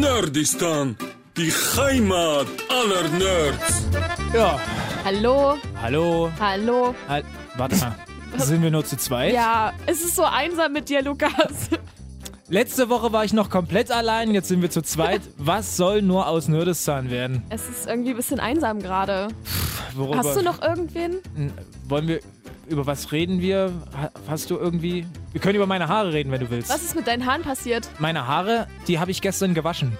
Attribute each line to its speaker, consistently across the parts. Speaker 1: Nerdistan, die Heimat aller Nerds.
Speaker 2: Ja.
Speaker 3: Hallo,
Speaker 2: Hallo.
Speaker 3: hallo.
Speaker 2: Hal Warte mal. Sind wir nur zu zweit?
Speaker 3: Ja, es ist so einsam mit dir, Lukas.
Speaker 2: Letzte Woche war ich noch komplett allein, jetzt sind wir zu zweit. Was soll nur aus Nerdistan werden?
Speaker 3: Es ist irgendwie ein bisschen einsam gerade.
Speaker 2: Worüber
Speaker 3: Hast du noch irgendwen?
Speaker 2: N- Wollen wir. Über was reden wir? Ha- Hast du irgendwie. Wir können über meine Haare reden, wenn du willst.
Speaker 3: Was ist mit deinen Haaren passiert?
Speaker 2: Meine Haare, die habe ich gestern gewaschen.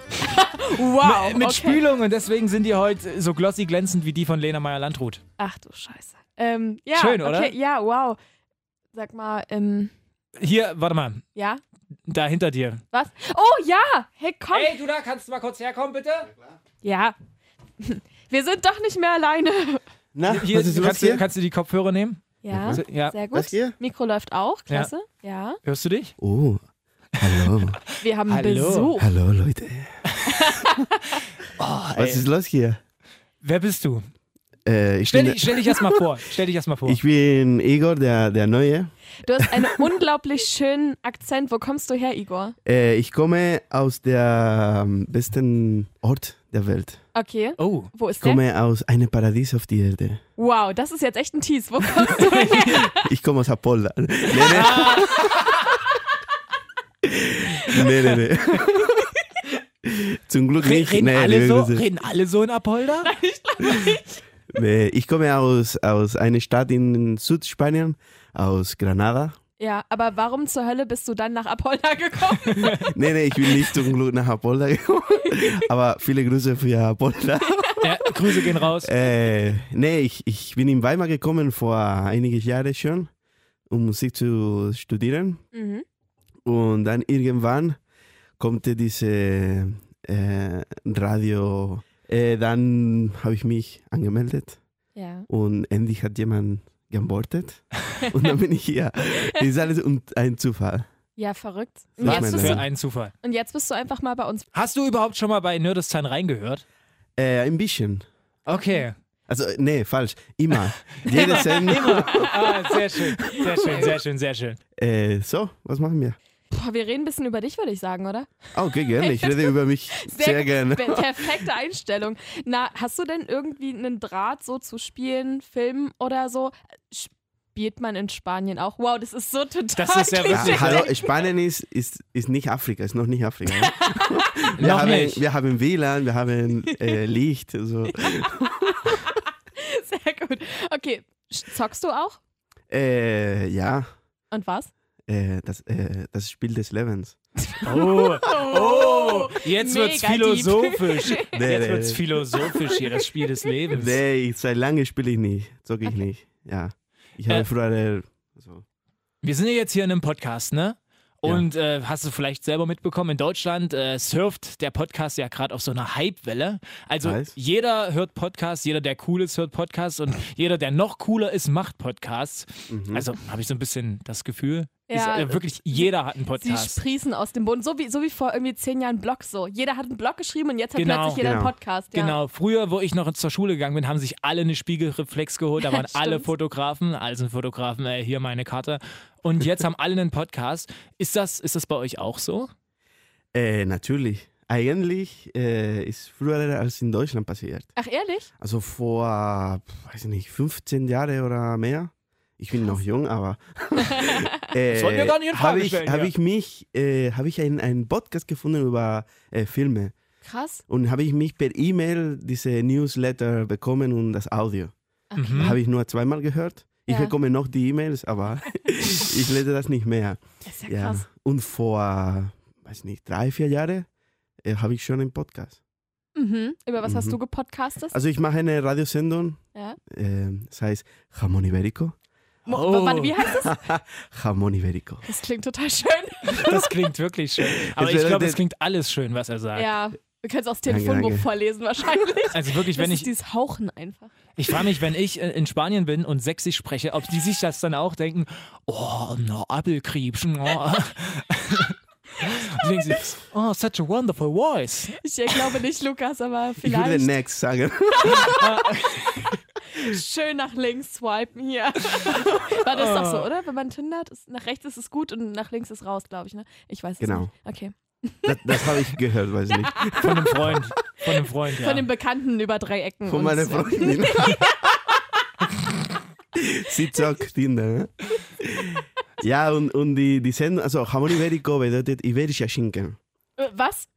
Speaker 3: Wow.
Speaker 2: mit
Speaker 3: okay.
Speaker 2: Spülung und deswegen sind die heute so glossy glänzend wie die von Lena Meyer-Landrut.
Speaker 3: Ach du Scheiße. Ähm, ja,
Speaker 2: Schön, oder?
Speaker 3: Okay, ja, wow. Sag mal, ähm,
Speaker 2: Hier, warte mal.
Speaker 3: ja?
Speaker 2: Da hinter dir.
Speaker 3: Was? Oh ja! Hey, komm!
Speaker 2: Hey, du da, kannst du mal kurz herkommen, bitte?
Speaker 3: Ja. Wir sind doch nicht mehr alleine.
Speaker 4: Na,
Speaker 2: Hier,
Speaker 4: was ist los
Speaker 2: kannst, du,
Speaker 4: hier?
Speaker 2: kannst du die Kopfhörer nehmen?
Speaker 3: Ja,
Speaker 2: So, ja.
Speaker 3: sehr gut.
Speaker 4: Was hier?
Speaker 3: Mikro läuft auch, klasse. Ja.
Speaker 2: Hörst du dich?
Speaker 4: Oh, hallo.
Speaker 3: Wir haben
Speaker 2: Hallo.
Speaker 3: Besuch.
Speaker 4: hallo, Leute.
Speaker 2: Oh,
Speaker 4: was ist los hier?
Speaker 2: Wer bist du?
Speaker 4: Äh, ich,
Speaker 2: Stell,
Speaker 4: bin,
Speaker 2: dich- stell dich erstmal vor. Stell dich erstmal vor.
Speaker 4: ich bin Igor, der, der Neue.
Speaker 3: Du hast einen unglaublich schönen Akzent. Wo kommst du her, Igor?
Speaker 4: Äh, ich komme aus der ähm, besten Ort der Welt.
Speaker 3: Okay.
Speaker 2: oh.
Speaker 3: Wo ist
Speaker 4: Ich
Speaker 3: der?
Speaker 4: komme aus einem Paradies auf die Erde.
Speaker 3: Wow, das ist jetzt echt ein Tease. Wo kommst du her?
Speaker 4: Ich komme aus Apolda. Nee, nee. nee, nee, nee. Zum Glück
Speaker 2: Re
Speaker 4: nicht.
Speaker 2: reden,
Speaker 4: nee,
Speaker 2: alle
Speaker 4: liebe
Speaker 2: so,
Speaker 4: Grüße.
Speaker 2: reden alle so in Apolda?
Speaker 4: Nee, ich komme aus, aus einer Stadt in Südspanien, aus Granada.
Speaker 3: ja, aber warum zur Hölle bist du dann nach Apolda gekommen?
Speaker 4: Nee, nee, ich bin nicht zum Glück nach Apolda gekommen. Aber viele Grüße für Apolda.
Speaker 2: Ja, Grüße gehen raus.
Speaker 4: Äh, nee, ich, ich bin in Weimar gekommen vor einigen Jahren schon, um Musik zu studieren.
Speaker 3: mhm.
Speaker 4: Und dann irgendwann kommt diese äh, Radio. Äh, dann habe ich mich angemeldet
Speaker 3: Ja.
Speaker 4: und endlich hat jemand geantwortet. Und dann bin ich hier. Ist alles un- ein Zufall.
Speaker 3: Ja, verrückt. Und
Speaker 4: Was
Speaker 3: jetzt,
Speaker 4: meinst
Speaker 3: bist
Speaker 2: Für
Speaker 3: du,
Speaker 4: meine-
Speaker 2: einen Zufall.
Speaker 3: und jetzt bist du einfach mal bei uns.
Speaker 2: Hast du überhaupt schon mal bei Nerdistan reingehört?
Speaker 4: Äh, ein bisschen.
Speaker 2: Okay.
Speaker 4: Also, äh, nee, falsch. Immer. Jede Sendung.
Speaker 2: Ah, sehr schön, sehr schön, sehr schön, sehr schön.
Speaker 4: Äh, so, was machen wir?
Speaker 3: Boah, wir reden ein bisschen über dich, würde ich sagen, oder?
Speaker 4: Ah, Okay, gerne. Ich rede über mich sehr, gerne.
Speaker 3: per- Perfekte Einstellung. Na, hast du denn irgendwie einen Draht so zu spielen, Filmen oder so? Spielt man in Spanien auch? Wow, das ist so total
Speaker 2: Das ist ja
Speaker 4: Ja,
Speaker 2: witzig.
Speaker 3: klischee.
Speaker 4: hallo, Spanien ist, ist, ist nicht Afrika, ist noch nicht Afrika. ne? Wir,
Speaker 2: Noch
Speaker 4: haben,
Speaker 2: nicht.
Speaker 4: wir haben WLAN, wir haben äh, Licht. So.
Speaker 3: Sehr gut. Okay, sch- zockst du auch?
Speaker 4: Äh, ja,
Speaker 3: Und was?
Speaker 4: äh, das, äh, das Spiel des Lebens.
Speaker 2: Oh, oh, jetzt wird's
Speaker 3: Mega deep.
Speaker 2: philosophisch.
Speaker 4: Nee,
Speaker 2: Jetzt
Speaker 4: nee,
Speaker 2: wird's
Speaker 4: nee.
Speaker 2: philosophisch hier, das Spiel des Lebens.
Speaker 4: Nee, ich, seit lange spiele ich nicht, zocke ich nicht. Ja, ich habe
Speaker 2: Äh.
Speaker 4: früher. äh, So.
Speaker 2: Wir sind ja jetzt hier in einem Podcast, ne? Und äh, hast du vielleicht selber mitbekommen, in Deutschland äh, surft der Podcast ja gerade auf so einer Hypewelle. Also
Speaker 4: Nice.
Speaker 2: jeder hört Podcasts, jeder, der cool ist, hört Podcasts und jeder, der noch cooler ist, macht Podcasts.
Speaker 4: Mhm.
Speaker 2: Also habe ich so ein bisschen das Gefühl,
Speaker 3: Ja.
Speaker 2: ist, äh, wirklich jeder hat einen
Speaker 3: Sie
Speaker 2: Podcast.
Speaker 3: sprießen aus dem Boden, so wie, so wie vor irgendwie zehn Jahren Blog so. Jeder hat einen Blog geschrieben und jetzt hat
Speaker 2: Genau.
Speaker 3: plötzlich jeder
Speaker 4: Genau.
Speaker 3: einen Podcast. Ja.
Speaker 2: Genau, früher, wo ich noch zur Schule gegangen bin, haben sich alle eine Spiegelreflex geholt. Da waren alle
Speaker 3: Stimmt.
Speaker 2: Fotografen, also Fotografen, äh, hier meine Karte. Und jetzt haben alle einen Podcast. Ist das, ist das bei euch auch so?
Speaker 4: Äh, natürlich. Eigentlich äh, ist früher als in Deutschland passiert.
Speaker 3: Ach, ehrlich?
Speaker 4: Also vor, pf, weiß ich nicht, 15 Jahre oder mehr. Ich bin noch jung, aber. äh,
Speaker 2: Sollen wir gar nicht in Frage
Speaker 4: habe ich,
Speaker 2: stellen,
Speaker 4: hab
Speaker 2: ja.
Speaker 4: ich mich, äh, habe ich einen, einen Podcast gefunden über äh, Filme
Speaker 3: Krass.
Speaker 4: und habe ich mich per E-Mail diese Newsletter bekommen und das Audio.
Speaker 3: Okay.
Speaker 2: Mhm.
Speaker 4: Habe ich nur zweimal gehört. Ich
Speaker 3: Hm? Ja.
Speaker 4: bekomme noch die E-Mails, aber ich lese das nicht mehr.
Speaker 3: Ist ja,
Speaker 4: Ja.
Speaker 3: krass.
Speaker 4: Und vor, weiß nicht, drei, vier Jahre äh, habe ich schon einen Podcast.
Speaker 3: Mhm. Über was hast
Speaker 4: Mhm.
Speaker 3: du gepodcastet?
Speaker 4: Also ich mache eine Radiosendung,
Speaker 3: Ja.
Speaker 4: ähm, das heißt Jamón Iberico.
Speaker 3: Mo-
Speaker 2: Oh.
Speaker 3: Warte, wie heißt das?
Speaker 4: Jamón Iberico.
Speaker 3: Das klingt total schön.
Speaker 2: Das klingt wirklich schön. Aber
Speaker 4: Jetzt
Speaker 2: ich
Speaker 4: wäre
Speaker 2: glaube,
Speaker 4: der-
Speaker 2: es klingt alles schön, was er sagt.
Speaker 3: Ja. Wir können es aus
Speaker 4: Danke,
Speaker 3: Telefonbuch
Speaker 4: danke.
Speaker 3: vorlesen wahrscheinlich.
Speaker 2: Also wirklich,
Speaker 3: Das
Speaker 2: wenn
Speaker 3: ist
Speaker 2: ich,
Speaker 3: dieses Hauchen einfach.
Speaker 2: ich frage mich, wenn ich äh, in Spanien bin und sächsisch spreche, ob die sich das dann auch denken, oh, no, Apfelkriebsch, no. Und denken sie, oh, such a wonderful voice.
Speaker 3: Ich äh, glaube nicht, Lukas, aber
Speaker 4: Ich würde
Speaker 3: vielleicht
Speaker 4: next sagen.
Speaker 2: Ah,
Speaker 4: ne-
Speaker 3: schön nach links swipen hier. War
Speaker 2: Oh.
Speaker 3: das ist doch so, oder? Wenn man tindert, ist, nach rechts ist es gut und nach links ist raus, glaube ich. Ne? Ich weiß es
Speaker 4: Genau.
Speaker 3: nicht. Okay.
Speaker 4: Das, das habe ich gehört, weiß ich nicht.
Speaker 2: Von einem Freund. Von einem Freund, ja.
Speaker 3: Von den Bekannten über drei Ecken.
Speaker 4: Von
Speaker 3: und
Speaker 4: meiner
Speaker 3: so.
Speaker 4: Freundin. Sie zockt Tinder, ne? Ja, und, und die, die Sendung, also Jamon Iberico bedeutet iberischer Schinken.
Speaker 3: Äh, Was?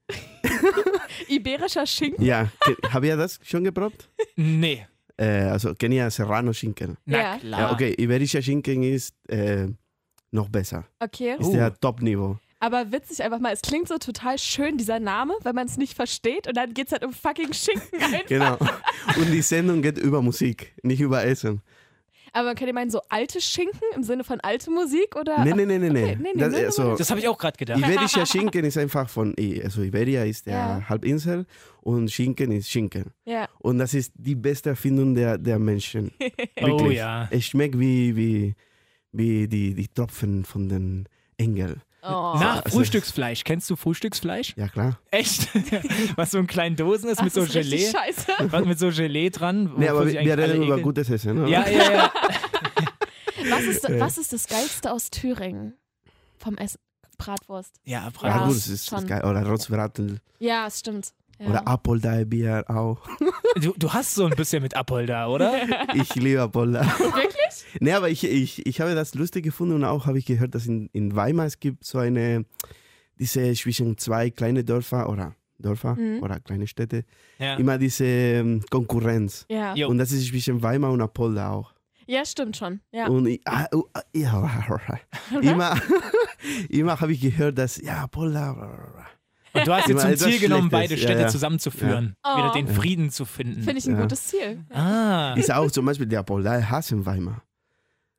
Speaker 3: Iberischer Schinken?
Speaker 4: Ja, ke- habt ihr das schon geprobt?
Speaker 2: Nee.
Speaker 4: Äh, also kennt ihr Serrano Schinken?
Speaker 2: Na
Speaker 3: Ja.
Speaker 2: klar.
Speaker 4: Ja, okay, iberischer Schinken ist äh, noch besser.
Speaker 3: Okay.
Speaker 4: Ist
Speaker 2: Oh.
Speaker 4: der Top-Niveau.
Speaker 3: Aber witzig einfach mal, es klingt so total schön, dieser Name, wenn man es nicht versteht. Und dann geht es halt um fucking Schinken einfach.
Speaker 4: Genau. Und die Sendung geht über Musik, nicht über Essen.
Speaker 3: Aber man könnte meinen, so alte Schinken im Sinne von alte Musik oder.
Speaker 4: Nee, nee, nee, nee.
Speaker 3: Okay,
Speaker 4: nee.
Speaker 3: nee, nee,
Speaker 4: das,
Speaker 3: nee, nee,
Speaker 4: also,
Speaker 2: Das habe ich auch gerade gedacht.
Speaker 4: Iberischer Schinken ist einfach von, I- also Iberia ist der
Speaker 3: Ja.
Speaker 4: Halbinsel und Schinken ist Schinken.
Speaker 3: Ja.
Speaker 4: Und das ist die beste Erfindung der, der Menschen. Wirklich.
Speaker 2: Oh ja.
Speaker 4: Es schmeckt wie, wie, wie die, die Tropfen von den Engeln.
Speaker 3: Oh.
Speaker 2: Nach
Speaker 4: Also-
Speaker 2: Frühstücksfleisch. Kennst du Frühstücksfleisch?
Speaker 4: Ja, klar.
Speaker 2: Echt? Was so in kleinen Dosen ist
Speaker 3: Ach,
Speaker 2: mit so
Speaker 3: das ist
Speaker 2: Gelee.
Speaker 3: richtig Scheiße.
Speaker 2: Was mit so Gelee dran.
Speaker 4: Nee,
Speaker 2: wovor
Speaker 4: aber
Speaker 2: sich
Speaker 4: wir,
Speaker 2: eigentlich
Speaker 4: wir
Speaker 2: alle
Speaker 4: reden über
Speaker 2: ekeln.
Speaker 4: gutes Essen. Oder?
Speaker 2: Ja, ja, ja.
Speaker 3: Was ist, was ist das Geilste aus Thüringen? Vom Essen? Bratwurst.
Speaker 2: Ja,
Speaker 4: Ja, gut,
Speaker 2: Bratwurst.
Speaker 4: das ist
Speaker 3: schon.
Speaker 4: geil. Oder Rotzbraten.
Speaker 3: Ja, es stimmt. Ja.
Speaker 4: Oder Apolda-Bier auch.
Speaker 2: Du, du hast so ein bisschen mit Apolda, oder?
Speaker 4: Ich liebe Apolda. Wirklich? Nee, aber ich, ich, ich habe das lustig gefunden und auch habe ich gehört, dass in, in Weimar es gibt so eine, diese zwischen zwei kleine Dörfer oder Dörfer
Speaker 3: Mhm.
Speaker 4: oder kleine Städte,
Speaker 2: Ja.
Speaker 4: immer diese ähm, Konkurrenz.
Speaker 3: ja.
Speaker 2: Jo.
Speaker 4: Und das ist zwischen Weimar und Apolda auch.
Speaker 3: ja, stimmt schon. Ja.
Speaker 4: Und ich, ah, oh, ah, ja, immer, immer habe ich gehört, dass ja, Apolda.
Speaker 2: Und du hast dir
Speaker 4: Immer
Speaker 2: zum
Speaker 4: etwas
Speaker 2: Ziel genommen,
Speaker 4: Schlechtes.
Speaker 2: beide
Speaker 4: Ja,
Speaker 2: Städte
Speaker 4: ja.
Speaker 2: zusammenzuführen.
Speaker 3: Ja.
Speaker 2: Wieder
Speaker 3: Oh.
Speaker 2: den Frieden zu finden.
Speaker 3: Finde ich ein
Speaker 4: Ja.
Speaker 3: gutes Ziel.
Speaker 2: ah.
Speaker 4: Ist auch zum Beispiel der Apolda hassen Weimar.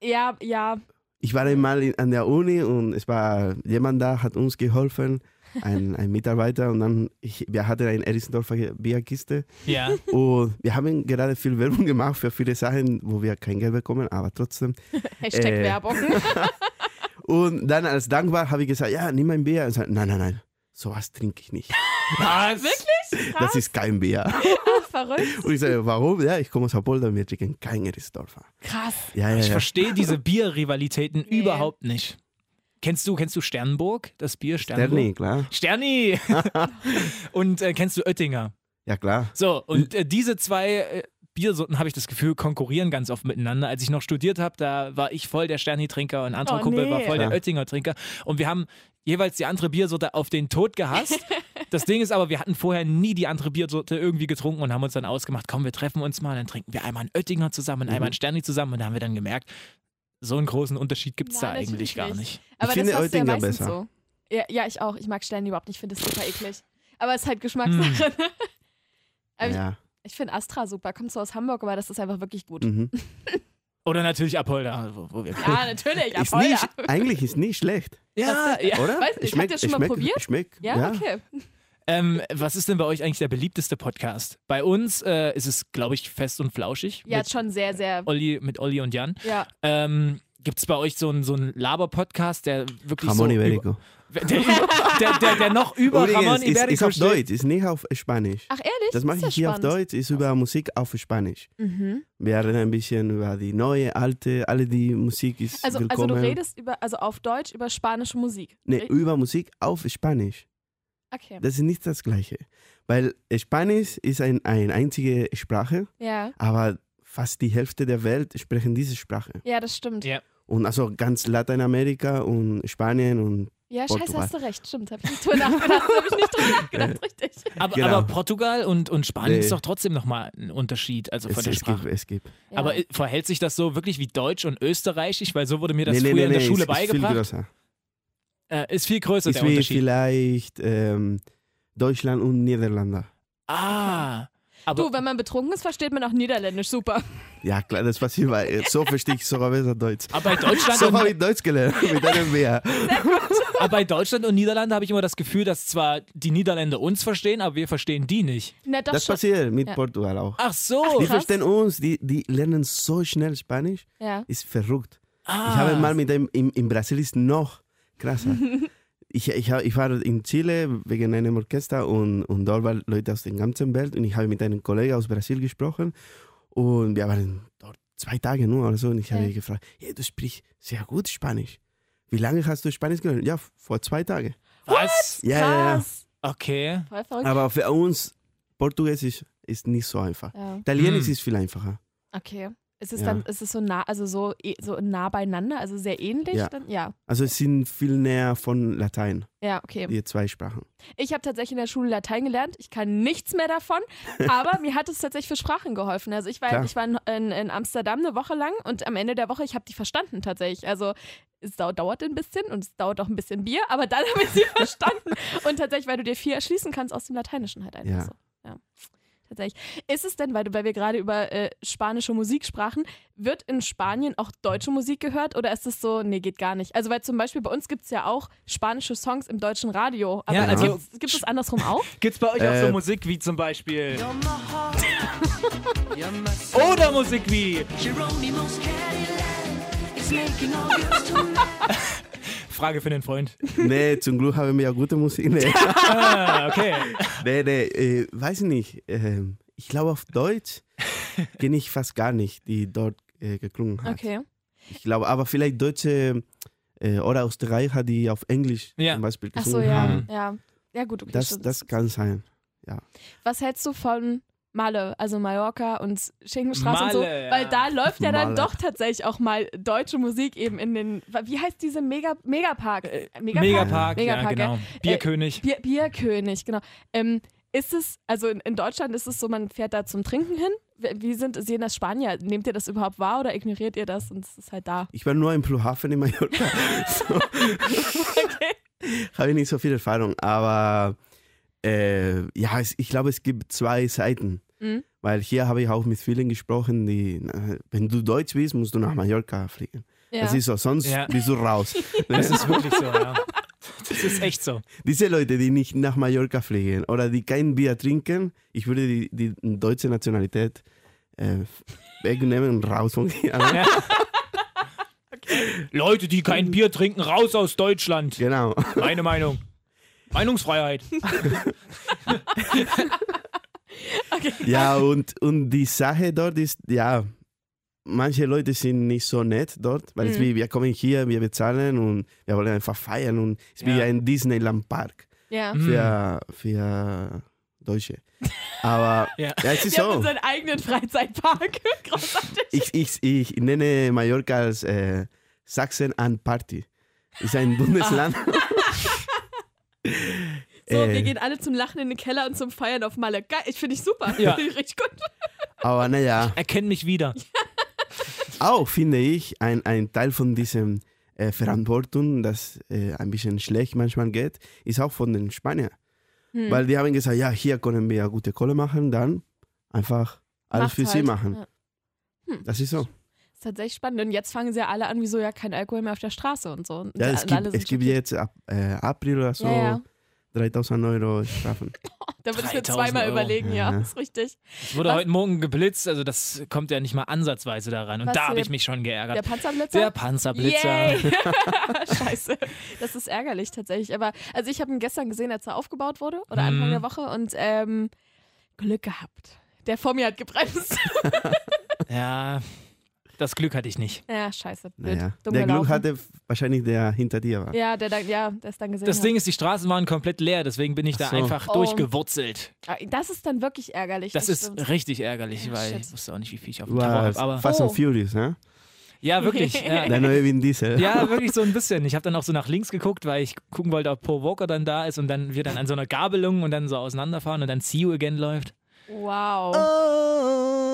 Speaker 3: Ja, ja.
Speaker 4: Ich war einmal in, an der Uni und es war jemand da, hat uns geholfen, ein, ein Mitarbeiter und dann, ich, wir hatten eine Erisendorfer Bierkiste
Speaker 2: Ja.
Speaker 4: und wir haben gerade viel Werbung gemacht für viele Sachen, wo wir kein Geld bekommen, aber trotzdem.
Speaker 3: Hashtag
Speaker 4: Äh.
Speaker 3: Werbung.
Speaker 4: Und dann als dankbar habe ich gesagt, ja, nimm ein Bier. Und sagt, nein, nein, nein, sowas trinke ich nicht.
Speaker 2: Was?
Speaker 3: Wirklich?
Speaker 4: Das ist kein Bier.
Speaker 3: Ah, verrückt.
Speaker 4: Und ich sage, warum? Ja, ich komme aus Apolda, wir trinken kein Erisendorfer.
Speaker 3: Krass.
Speaker 4: Ja, ja,
Speaker 2: Ich
Speaker 4: ja.
Speaker 2: verstehe diese Bierrivalitäten
Speaker 3: Nee.
Speaker 2: überhaupt nicht. Kennst du, kennst du Sternburg? Das Bier Sternburg?
Speaker 4: Sterni, klar.
Speaker 2: Sterni! und äh, kennst du Oettinger?
Speaker 4: Ja, klar.
Speaker 2: So, und äh, diese zwei äh, Biersorten, habe ich das Gefühl, konkurrieren ganz oft miteinander. Als ich noch studiert habe, da war ich voll der Sterni-Trinker und ein anderer
Speaker 3: Oh,
Speaker 2: Kumpel
Speaker 3: nee.
Speaker 2: war voll der
Speaker 4: Ja.
Speaker 2: Oettinger-Trinker. Und wir haben jeweils die andere Biersorte auf den Tod gehasst. Das Ding ist aber, wir hatten vorher nie die andere Biersorte irgendwie getrunken und haben uns dann ausgemacht, komm, wir treffen uns mal, dann trinken wir einmal einen Oettinger zusammen und einmal einen Sterni zusammen. Und da haben wir dann gemerkt, so einen großen Unterschied gibt es da
Speaker 3: Nein,
Speaker 2: eigentlich
Speaker 3: natürlich
Speaker 2: gar nicht.
Speaker 3: nicht. Aber
Speaker 4: finde
Speaker 3: das hast du ja
Speaker 4: Oettinger
Speaker 3: meistens
Speaker 4: besser.
Speaker 3: so. Ja, ja, ich auch. Ich mag Stellen überhaupt nicht. Ich finde es super eklig. Aber es ist
Speaker 4: Hm.
Speaker 3: halt Geschmackssache. Aber
Speaker 4: Ja.
Speaker 3: Ich, ich finde Astra super. Kommt so aus Hamburg, aber das ist einfach wirklich gut.
Speaker 4: Mhm.
Speaker 2: Oder natürlich Apolda, wo, wo wir
Speaker 3: Ja, natürlich.
Speaker 4: Ist
Speaker 3: Apolda.
Speaker 4: nicht, eigentlich ist nicht schlecht.
Speaker 2: Ja, ja.
Speaker 4: Oder?
Speaker 3: Weiß nicht, habt ihr schon mal probiert?
Speaker 4: Schmeckt,
Speaker 3: Ja,
Speaker 4: ja,
Speaker 3: okay.
Speaker 2: Ähm, was ist denn bei euch eigentlich der beliebteste Podcast? Bei uns äh, ist es, glaube ich, fest und flauschig.
Speaker 3: Ja,
Speaker 2: mit,
Speaker 3: schon sehr, sehr.
Speaker 2: Olli, mit Olli und Jan.
Speaker 3: Ja.
Speaker 2: Ähm, Gibt es bei euch so einen so einen Laber-Podcast, der wirklich
Speaker 4: Jamón
Speaker 2: so
Speaker 4: Ibérico.
Speaker 2: Über, der, über- der, der, der noch über Ramon
Speaker 4: ist,
Speaker 2: Iberico
Speaker 4: ist auf
Speaker 2: steht?
Speaker 4: Deutsch, ist nicht auf Spanisch.
Speaker 3: Ach, ehrlich?
Speaker 4: Das mache ich
Speaker 3: ist ja
Speaker 4: hier auf
Speaker 3: spannend.
Speaker 4: Deutsch, ist über Musik auf Spanisch.
Speaker 3: Mhm.
Speaker 4: Wir reden ein bisschen über die neue, alte, alle die Musik ist
Speaker 3: Also, also
Speaker 4: willkommen.
Speaker 3: du redest über, also auf Deutsch über spanische Musik.
Speaker 4: nee, über Musik auf Spanisch.
Speaker 3: Okay.
Speaker 4: Das ist nicht das Gleiche. Weil Spanisch ist ein, eine einzige Sprache,
Speaker 3: Ja.
Speaker 4: aber fast die Hälfte der Welt sprechen diese Sprache.
Speaker 3: Ja, das stimmt.
Speaker 2: Ja.
Speaker 3: Ja,
Speaker 4: Und also ganz Lateinamerika und Spanien und
Speaker 3: scheiße,
Speaker 4: Portugal.
Speaker 3: hast du recht. Stimmt. Hab ich nicht drüber nachgedacht. Hab ich nicht drüber nachgedacht. Richtig.
Speaker 2: Aber,
Speaker 4: Genau.
Speaker 2: aber Portugal und, und Spanien
Speaker 4: Nee.
Speaker 2: ist doch trotzdem nochmal ein Unterschied, also von
Speaker 4: es,
Speaker 2: der
Speaker 4: es gibt,
Speaker 2: Sprache.
Speaker 4: es gibt.
Speaker 3: Ja.
Speaker 2: Aber äh, verhält sich das so wirklich wie Deutsch und Österreichisch? Weil so wurde mir das
Speaker 4: Nee, nee,
Speaker 2: früher
Speaker 4: nee,
Speaker 2: in der
Speaker 4: nee,
Speaker 2: Schule
Speaker 4: ist, Ist viel
Speaker 2: beigebracht.
Speaker 4: größer.
Speaker 2: äh, ist viel größer
Speaker 4: ist
Speaker 2: der
Speaker 4: wie
Speaker 2: Unterschied.
Speaker 4: vielleicht ähm, Deutschland und Niederlande.
Speaker 2: ah. Aber
Speaker 3: du, wenn man betrunken ist, versteht man auch Niederländisch. Super.
Speaker 4: Ja, klar, das passiert, weil äh, so verstehe ich sogar besser Deutsch.
Speaker 2: aber bei Deutschland
Speaker 4: So
Speaker 2: und
Speaker 4: habe ich Deutsch gelernt, mit einem Meer.
Speaker 2: Aber bei Deutschland und Niederlande habe ich immer das Gefühl, dass zwar die Niederländer uns verstehen, aber wir verstehen die nicht.
Speaker 3: Na doch
Speaker 4: Das
Speaker 3: schon.
Speaker 4: passiert mit
Speaker 3: Ja.
Speaker 4: Portugal auch.
Speaker 2: Ach so.
Speaker 4: Die
Speaker 3: krass.
Speaker 4: verstehen uns, die, die lernen so schnell Spanisch,
Speaker 3: Ja.
Speaker 4: ist verrückt.
Speaker 2: Ah.
Speaker 4: Ich habe mal mit einem, in, in Brasil ist noch krasser. Ich, ich, hab- ich war in Chile wegen einem Orchester und, und dort waren Leute aus der ganzen Welt und ich habe mit einem Kollegen aus Brasil gesprochen und wir waren dort zwei Tage nur oder so und ich habe
Speaker 3: Ja.
Speaker 4: gefragt, hey, du sprichst sehr gut Spanisch. Wie lange hast du Spanisch gelernt? Ja, vor zwei Tagen.
Speaker 2: Was?
Speaker 4: Ja, ja, ja.
Speaker 3: Krass.
Speaker 2: Okay.
Speaker 3: Voll verrückt.
Speaker 4: Aber für uns, Portugiesisch ist nicht so einfach.
Speaker 3: ja.
Speaker 4: Italienisch
Speaker 2: Hm.
Speaker 4: ist viel einfacher.
Speaker 3: Okay. Ist es
Speaker 4: Ja.
Speaker 3: dann, ist es so nah, also so, eh- so nah beieinander, also sehr ähnlich?
Speaker 4: Ja.
Speaker 3: Dann? ja.
Speaker 4: Also es sind viel näher von Latein,
Speaker 3: Ja, okay.
Speaker 4: die zwei Sprachen.
Speaker 3: Ich habe tatsächlich in der Schule Latein gelernt. Ich kann nichts mehr davon, aber mir hat es tatsächlich für Sprachen geholfen. Also ich war,
Speaker 4: Klar.
Speaker 3: ich war in, in, in Amsterdam eine Woche lang und am Ende der Woche, ich habe die verstanden tatsächlich. Also es dau dauert ein bisschen und es dauert auch ein bisschen Bier, aber dann habe ich sie verstanden. Und tatsächlich, weil du dir viel erschließen kannst aus dem Lateinischen halt einfach
Speaker 4: Ja.
Speaker 3: so. Ja. Tatsächlich. Ist es denn, weil, du, weil wir gerade über äh, spanische Musik sprachen, wird in Spanien auch deutsche Musik gehört oder ist es so, nee, geht gar nicht? Also, weil zum Beispiel bei uns gibt es ja auch spanische Songs im deutschen Radio. Aber
Speaker 2: Ja,
Speaker 4: also-
Speaker 3: gibt's- gibt es andersrum auch?
Speaker 2: Gibt's bei euch auch so
Speaker 4: Äh,
Speaker 2: Musik wie zum Beispiel. Oder Musik wie. Frage für den Freund.
Speaker 4: Nee, zum Glück haben wir ja gute Musik. Nee,
Speaker 2: Ah, okay.
Speaker 4: nee, nee äh, weiß nicht. Ähm, ich glaube, auf Deutsch kenne ich fast gar nicht, die dort äh, geklungen hat.
Speaker 3: Okay.
Speaker 4: Ich glaube, aber vielleicht deutsche äh, oder Österreicher, die auf Englisch
Speaker 2: Ja.
Speaker 4: zum Beispiel
Speaker 3: Ach
Speaker 4: gesungen
Speaker 3: so, ja. Mhm.
Speaker 4: haben.
Speaker 3: ja. Ja, gut, okay.
Speaker 4: Das,
Speaker 3: stimmt.
Speaker 4: das kann sein.
Speaker 3: Was hältst du von Malle, also Mallorca und Schengenstraße und so?
Speaker 2: Malle, ja.
Speaker 3: Weil da läuft ja dann
Speaker 4: Malle.
Speaker 3: doch tatsächlich auch mal deutsche Musik eben in den. Wie heißt diese Mega, Megapark?
Speaker 2: Äh,
Speaker 3: Megapark?
Speaker 2: Megapark, ja,
Speaker 3: Megapark, ja. Äh.
Speaker 2: genau. Bierkönig.
Speaker 3: Bier, Bierkönig, genau. Ähm, ist es, also in, in Deutschland ist es so, man fährt da zum Trinken hin? Wie- Wie sind, sehen das Spanier? Nehmt ihr das überhaupt wahr oder ignoriert ihr das und es ist halt da?
Speaker 4: Ich war nur in Pluhafen in Mallorca. so. Habe ich nicht so viel Erfahrung, aber äh, ja, es, ich glaube, es gibt zwei Seiten.
Speaker 3: Mhm.
Speaker 4: Weil hier habe ich auch mit vielen gesprochen, die, äh, wenn du Deutsch bist, musst du nach Mallorca fliegen.
Speaker 3: Ja.
Speaker 4: Das ist so, sonst
Speaker 2: Ja.
Speaker 4: bist du raus.
Speaker 2: Das ist wirklich so, ja. Das ist echt so.
Speaker 4: Diese Leute, die nicht nach Mallorca fliegen oder die kein Bier trinken, ich würde die, die deutsche Nationalität äh, wegnehmen und raus von hier.
Speaker 2: Ja. Leute, die kein Bier trinken, raus aus Deutschland.
Speaker 4: Genau.
Speaker 2: Meine Meinung. Meinungsfreiheit.
Speaker 4: Ja, und, und die Sache dort ist, ja, manche Leute sind nicht so nett dort, weil es
Speaker 3: Mhm.
Speaker 4: wie, wir kommen hier, wir bezahlen und wir wollen einfach feiern und es ist wie
Speaker 2: Ja.
Speaker 4: ein Disneyland-Park
Speaker 3: ja.
Speaker 4: Hm,
Speaker 2: Mhm.
Speaker 4: für, für Deutsche. Aber
Speaker 2: Ja.
Speaker 4: Mm. ja. es ist
Speaker 3: Wir haben
Speaker 4: so.
Speaker 3: unseren eigenen Freizeitpark. Großartig.
Speaker 4: Ich, ich, ich nenne Mallorca als äh, Sachsen an Party. Ist ein Bundesland.
Speaker 3: So, wir
Speaker 4: Äh.
Speaker 3: gehen alle zum Lachen in den Keller und zum Feiern auf Malle. Geil, ich finde ich super.
Speaker 2: Ja.
Speaker 3: Finde ich Richtig gut.
Speaker 4: Aber naja,
Speaker 2: Erkenn mich wieder.
Speaker 4: auch finde ich ein, ein Teil von diesem äh, Verantwortung, das äh, ein bisschen schlecht manchmal geht, ist auch von den Spaniern.
Speaker 3: Hm.
Speaker 4: Weil die haben gesagt, ja, hier können wir gute Kohle machen, dann einfach alles
Speaker 3: Macht's
Speaker 4: für sie
Speaker 3: halt.
Speaker 4: machen.
Speaker 3: Ja.
Speaker 4: Das ist so.
Speaker 3: Ist tatsächlich spannend. Und jetzt fangen sie ja alle an, wieso ja kein Alkohol mehr auf der Straße und so. Und
Speaker 4: Ja, es
Speaker 3: alle
Speaker 4: gibt,
Speaker 3: sind
Speaker 4: es gibt
Speaker 3: schockiert.
Speaker 4: jetzt ab äh, April oder so
Speaker 3: Ja, ja.
Speaker 4: 3000 Euro Strafen.
Speaker 3: Da würde ich mir
Speaker 2: 3000
Speaker 3: zweimal
Speaker 2: Euro.
Speaker 3: überlegen, ja.
Speaker 4: Ja.
Speaker 3: Ist richtig.
Speaker 2: Es wurde
Speaker 3: Was-
Speaker 2: heute Morgen geblitzt, also das kommt ja nicht mal ansatzweise daran. Und
Speaker 3: Was
Speaker 2: da
Speaker 3: für-
Speaker 2: habe ich mich schon geärgert.
Speaker 3: Der Panzerblitzer?
Speaker 2: Der Panzerblitzer.
Speaker 3: Yay. Scheiße. Das ist ärgerlich tatsächlich. Aber also ich habe ihn gestern gesehen, als er aufgebaut wurde oder Anfang
Speaker 2: Mhm.
Speaker 3: der Woche und ähm, Glück gehabt. Der vor mir hat gebremst.
Speaker 2: Ja, das Glück hatte ich nicht.
Speaker 3: ja, scheiße. Blöd.
Speaker 4: Naja.
Speaker 3: Dumm
Speaker 4: Der Glück
Speaker 3: gelaufen.
Speaker 4: hatte wahrscheinlich der hinter dir war.
Speaker 3: Ja, der dann, ja, der es dann gesehen
Speaker 2: Das
Speaker 3: hat.
Speaker 2: Ding ist, die Straßen waren komplett leer, deswegen bin ich da
Speaker 4: Ach so.
Speaker 2: einfach
Speaker 3: Oh.
Speaker 2: durchgewurzelt.
Speaker 3: Ah, Das ist dann wirklich ärgerlich.
Speaker 2: Das ist
Speaker 3: stimmt.
Speaker 2: richtig ärgerlich,
Speaker 3: Ja,
Speaker 2: weil
Speaker 3: shit.
Speaker 2: ich wusste auch nicht, wie viel ich auf dem Terror
Speaker 4: War
Speaker 2: habe. Aber
Speaker 4: Fast and
Speaker 3: Oh.
Speaker 4: Furious, ne?
Speaker 2: ja, wirklich. Ja.
Speaker 4: Der neue Vin Diesel.
Speaker 2: ja, wirklich so ein bisschen. Ich habe dann auch so nach links geguckt, weil ich gucken wollte, ob Paul Walker dann da ist und dann wir dann an so einer Gabelung und dann so auseinanderfahren und dann See You Again läuft.
Speaker 3: Wow.
Speaker 2: Oh,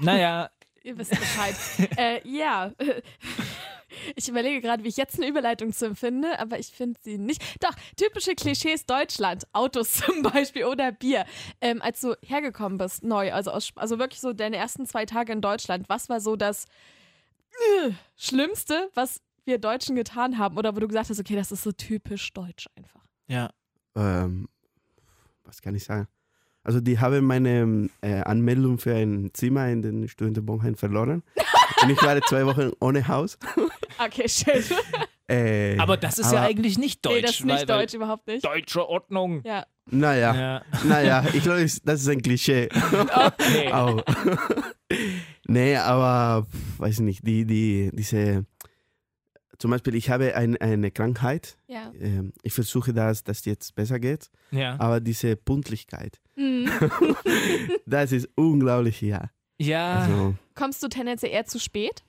Speaker 2: Naja,
Speaker 3: Ihr wisst Bescheid. äh, ja. Ich überlege gerade, wie ich jetzt eine Überleitung zu empfinde, aber ich finde sie nicht. Doch, typische Klischees Deutschland. Autos zum Beispiel oder Bier. Ähm, als du hergekommen bist, neu, also, aus, Sp- also wirklich so deine ersten zwei Tage in Deutschland, was war so das äh, Schlimmste, was wir Deutschen getan haben? Oder wo du gesagt hast, okay, das ist so typisch deutsch einfach.
Speaker 2: ja.
Speaker 4: Ähm, was kann ich sagen? Also die haben meine äh, Anmeldung für ein Zimmer in den Studentenwohnheim verloren. Und ich war zwei Wochen ohne Haus.
Speaker 3: Okay, schön.
Speaker 4: Äh,
Speaker 2: Aber das ist ja
Speaker 4: aber-
Speaker 2: eigentlich nicht deutsch.
Speaker 3: nee, das ist
Speaker 2: weil,
Speaker 3: nicht
Speaker 2: weil
Speaker 3: deutsch, überhaupt nicht.
Speaker 2: Deutsche Ordnung.
Speaker 3: Ja.
Speaker 4: Naja,
Speaker 2: Ja.
Speaker 4: naja, ich glaube, das ist ein Klischee.
Speaker 2: Nee.
Speaker 4: Au. nee, aber pf, weiß nicht, die, die, diese zum Beispiel, ich habe ein, eine Krankheit.
Speaker 3: Ja.
Speaker 4: Ähm, ich versuche, dass das jetzt besser geht.
Speaker 2: Ja.
Speaker 4: Aber diese Pünktlichkeit,
Speaker 3: Mhm.
Speaker 4: das ist unglaublich, ja.
Speaker 2: Ja.
Speaker 4: Also,
Speaker 3: Kommst du tendenziell eher zu spät?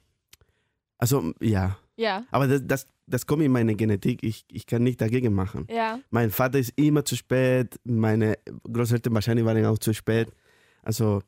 Speaker 4: also ja.
Speaker 3: Ja.
Speaker 4: Aber das, das, das kommt in meine Genetik. Ich, ich kann nicht dagegen machen.
Speaker 3: Ja.
Speaker 4: Mein Vater ist immer zu spät. Meine Großeltern wahrscheinlich waren auch zu spät. Also,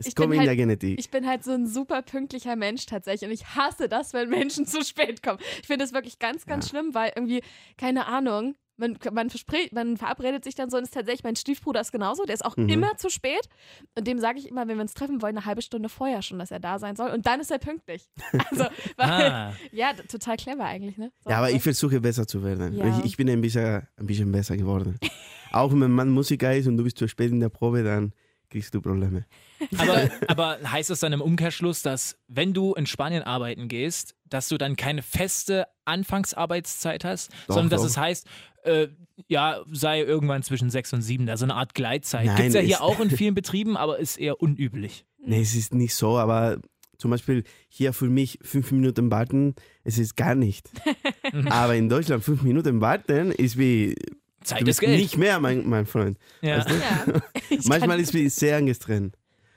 Speaker 4: es
Speaker 3: Ich
Speaker 4: kommt
Speaker 3: bin
Speaker 4: in
Speaker 3: halt-
Speaker 4: der Genetik.
Speaker 3: Ich bin halt so ein super pünktlicher Mensch tatsächlich und ich hasse das, wenn Menschen zu spät kommen. Ich finde das wirklich ganz, ganz
Speaker 4: Ja.
Speaker 3: schlimm, weil irgendwie, keine Ahnung, man, man, verspricht, man verabredet sich dann so und ist tatsächlich, mein Stiefbruder ist genauso, der ist auch
Speaker 4: Mhm.
Speaker 3: immer zu spät und dem sage ich immer, wenn wir uns treffen wollen, eine halbe Stunde vorher schon, dass er da sein soll und dann ist er pünktlich. Also, weil,
Speaker 2: Ah.
Speaker 3: ja, d- total clever eigentlich, ne? So,
Speaker 4: ja, aber
Speaker 3: ne?
Speaker 4: ich versuche besser zu werden.
Speaker 3: Ja.
Speaker 4: Ich, ich bin ein bisschen, ein bisschen besser geworden. auch wenn man Musiker ist und du bist zu spät in der Probe, dann kriegst du
Speaker 3: Hm.
Speaker 4: Probleme.
Speaker 2: Aber, aber heißt das dann im Umkehrschluss, dass wenn du in Spanien arbeiten gehst, dass du dann keine feste Anfangsarbeitszeit hast,
Speaker 4: Doch,
Speaker 2: sondern dass
Speaker 4: doch.
Speaker 2: es heißt, äh, ja, sei irgendwann zwischen sechs und sieben, da so eine Art Gleitzeit.
Speaker 4: Nein,
Speaker 2: Gibt es ja
Speaker 4: ist-
Speaker 2: hier auch in vielen Betrieben, aber ist eher unüblich.
Speaker 4: Nee, es ist nicht so, aber zum Beispiel hier für mich fünf Minuten warten, es ist gar nicht. aber in Deutschland fünf Minuten warten ist wie
Speaker 2: Zeit
Speaker 4: du
Speaker 2: ist
Speaker 4: bist
Speaker 2: Geld.
Speaker 4: nicht mehr, mein, mein Freund.
Speaker 2: ja.
Speaker 3: Ja. Ich
Speaker 4: Manchmal
Speaker 3: kann-
Speaker 4: ist es sehr angestrengt.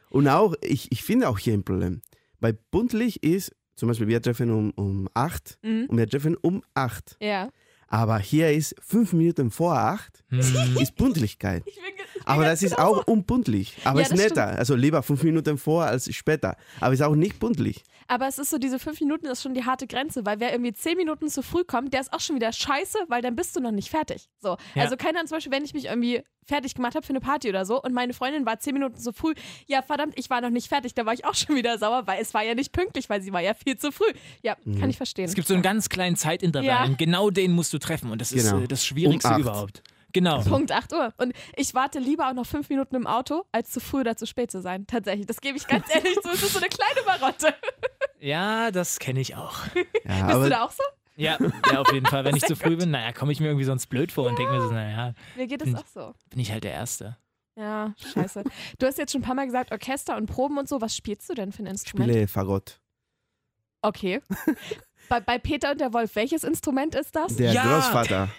Speaker 4: Und auch, ich, ich finde auch hier ein Problem. Weil buntlich ist, zum Beispiel, wir treffen um, um acht
Speaker 3: Mhm.
Speaker 4: und wir treffen um acht.
Speaker 3: Ja.
Speaker 4: Aber hier ist fünf Minuten vor acht,
Speaker 2: Hm.
Speaker 4: ist Punktlichkeit.
Speaker 3: Mhm. Ich bin ge-
Speaker 4: Aber das ist auch unpunktlich. Aber
Speaker 3: Ja,
Speaker 4: es ist
Speaker 3: das
Speaker 4: netter. Also lieber fünf Minuten vor als später. Aber es ist auch nicht punktlich.
Speaker 3: Aber es ist so, diese fünf Minuten ist schon die harte Grenze, weil wer irgendwie zehn Minuten zu früh kommt, der ist auch schon wieder scheiße, weil dann bist du noch nicht fertig. So.
Speaker 2: Ja.
Speaker 3: Also keine Ahnung, zum Beispiel, wenn ich mich irgendwie fertig gemacht habe für eine Party oder so und meine Freundin war zehn Minuten zu früh, ja verdammt, ich war noch nicht fertig, da war ich auch schon wieder sauer, weil es war ja nicht pünktlich, weil sie war ja viel zu früh. Ja, kann ich verstehen.
Speaker 2: Mhm. Es gibt so einen ganz kleinen Zeitintervall
Speaker 3: Ja.
Speaker 2: und genau den musst du treffen und das ist
Speaker 4: Genau.
Speaker 2: äh, das Schwierigste
Speaker 4: Um acht.
Speaker 2: überhaupt. Genau.
Speaker 3: Punkt 8 Uhr. Und ich warte lieber auch noch fünf Minuten im Auto, als zu früh oder zu spät zu sein. Tatsächlich. Das gebe ich ganz ehrlich zu. Es ist so eine kleine Marotte.
Speaker 2: Ja, das kenne ich auch.
Speaker 4: Ja,
Speaker 3: Bist du
Speaker 4: aber
Speaker 3: da auch so?
Speaker 2: Ja, ja, auf jeden Fall. Wenn ich zu früh bin, naja, komme ich mir irgendwie sonst blöd vor und denke mir so, naja,
Speaker 3: Mir geht es
Speaker 2: Bin ich-
Speaker 3: auch so.
Speaker 2: bin ich halt der Erste.
Speaker 3: Ja, scheiße. Du hast jetzt schon ein paar Mal gesagt, Orchester und Proben und so. Was spielst du denn für ein Instrument?
Speaker 4: spiele Fagott.
Speaker 3: Okay. bei, bei Peter und der Wolf, welches Instrument ist das?
Speaker 4: Der
Speaker 2: Ja.
Speaker 4: Großvater.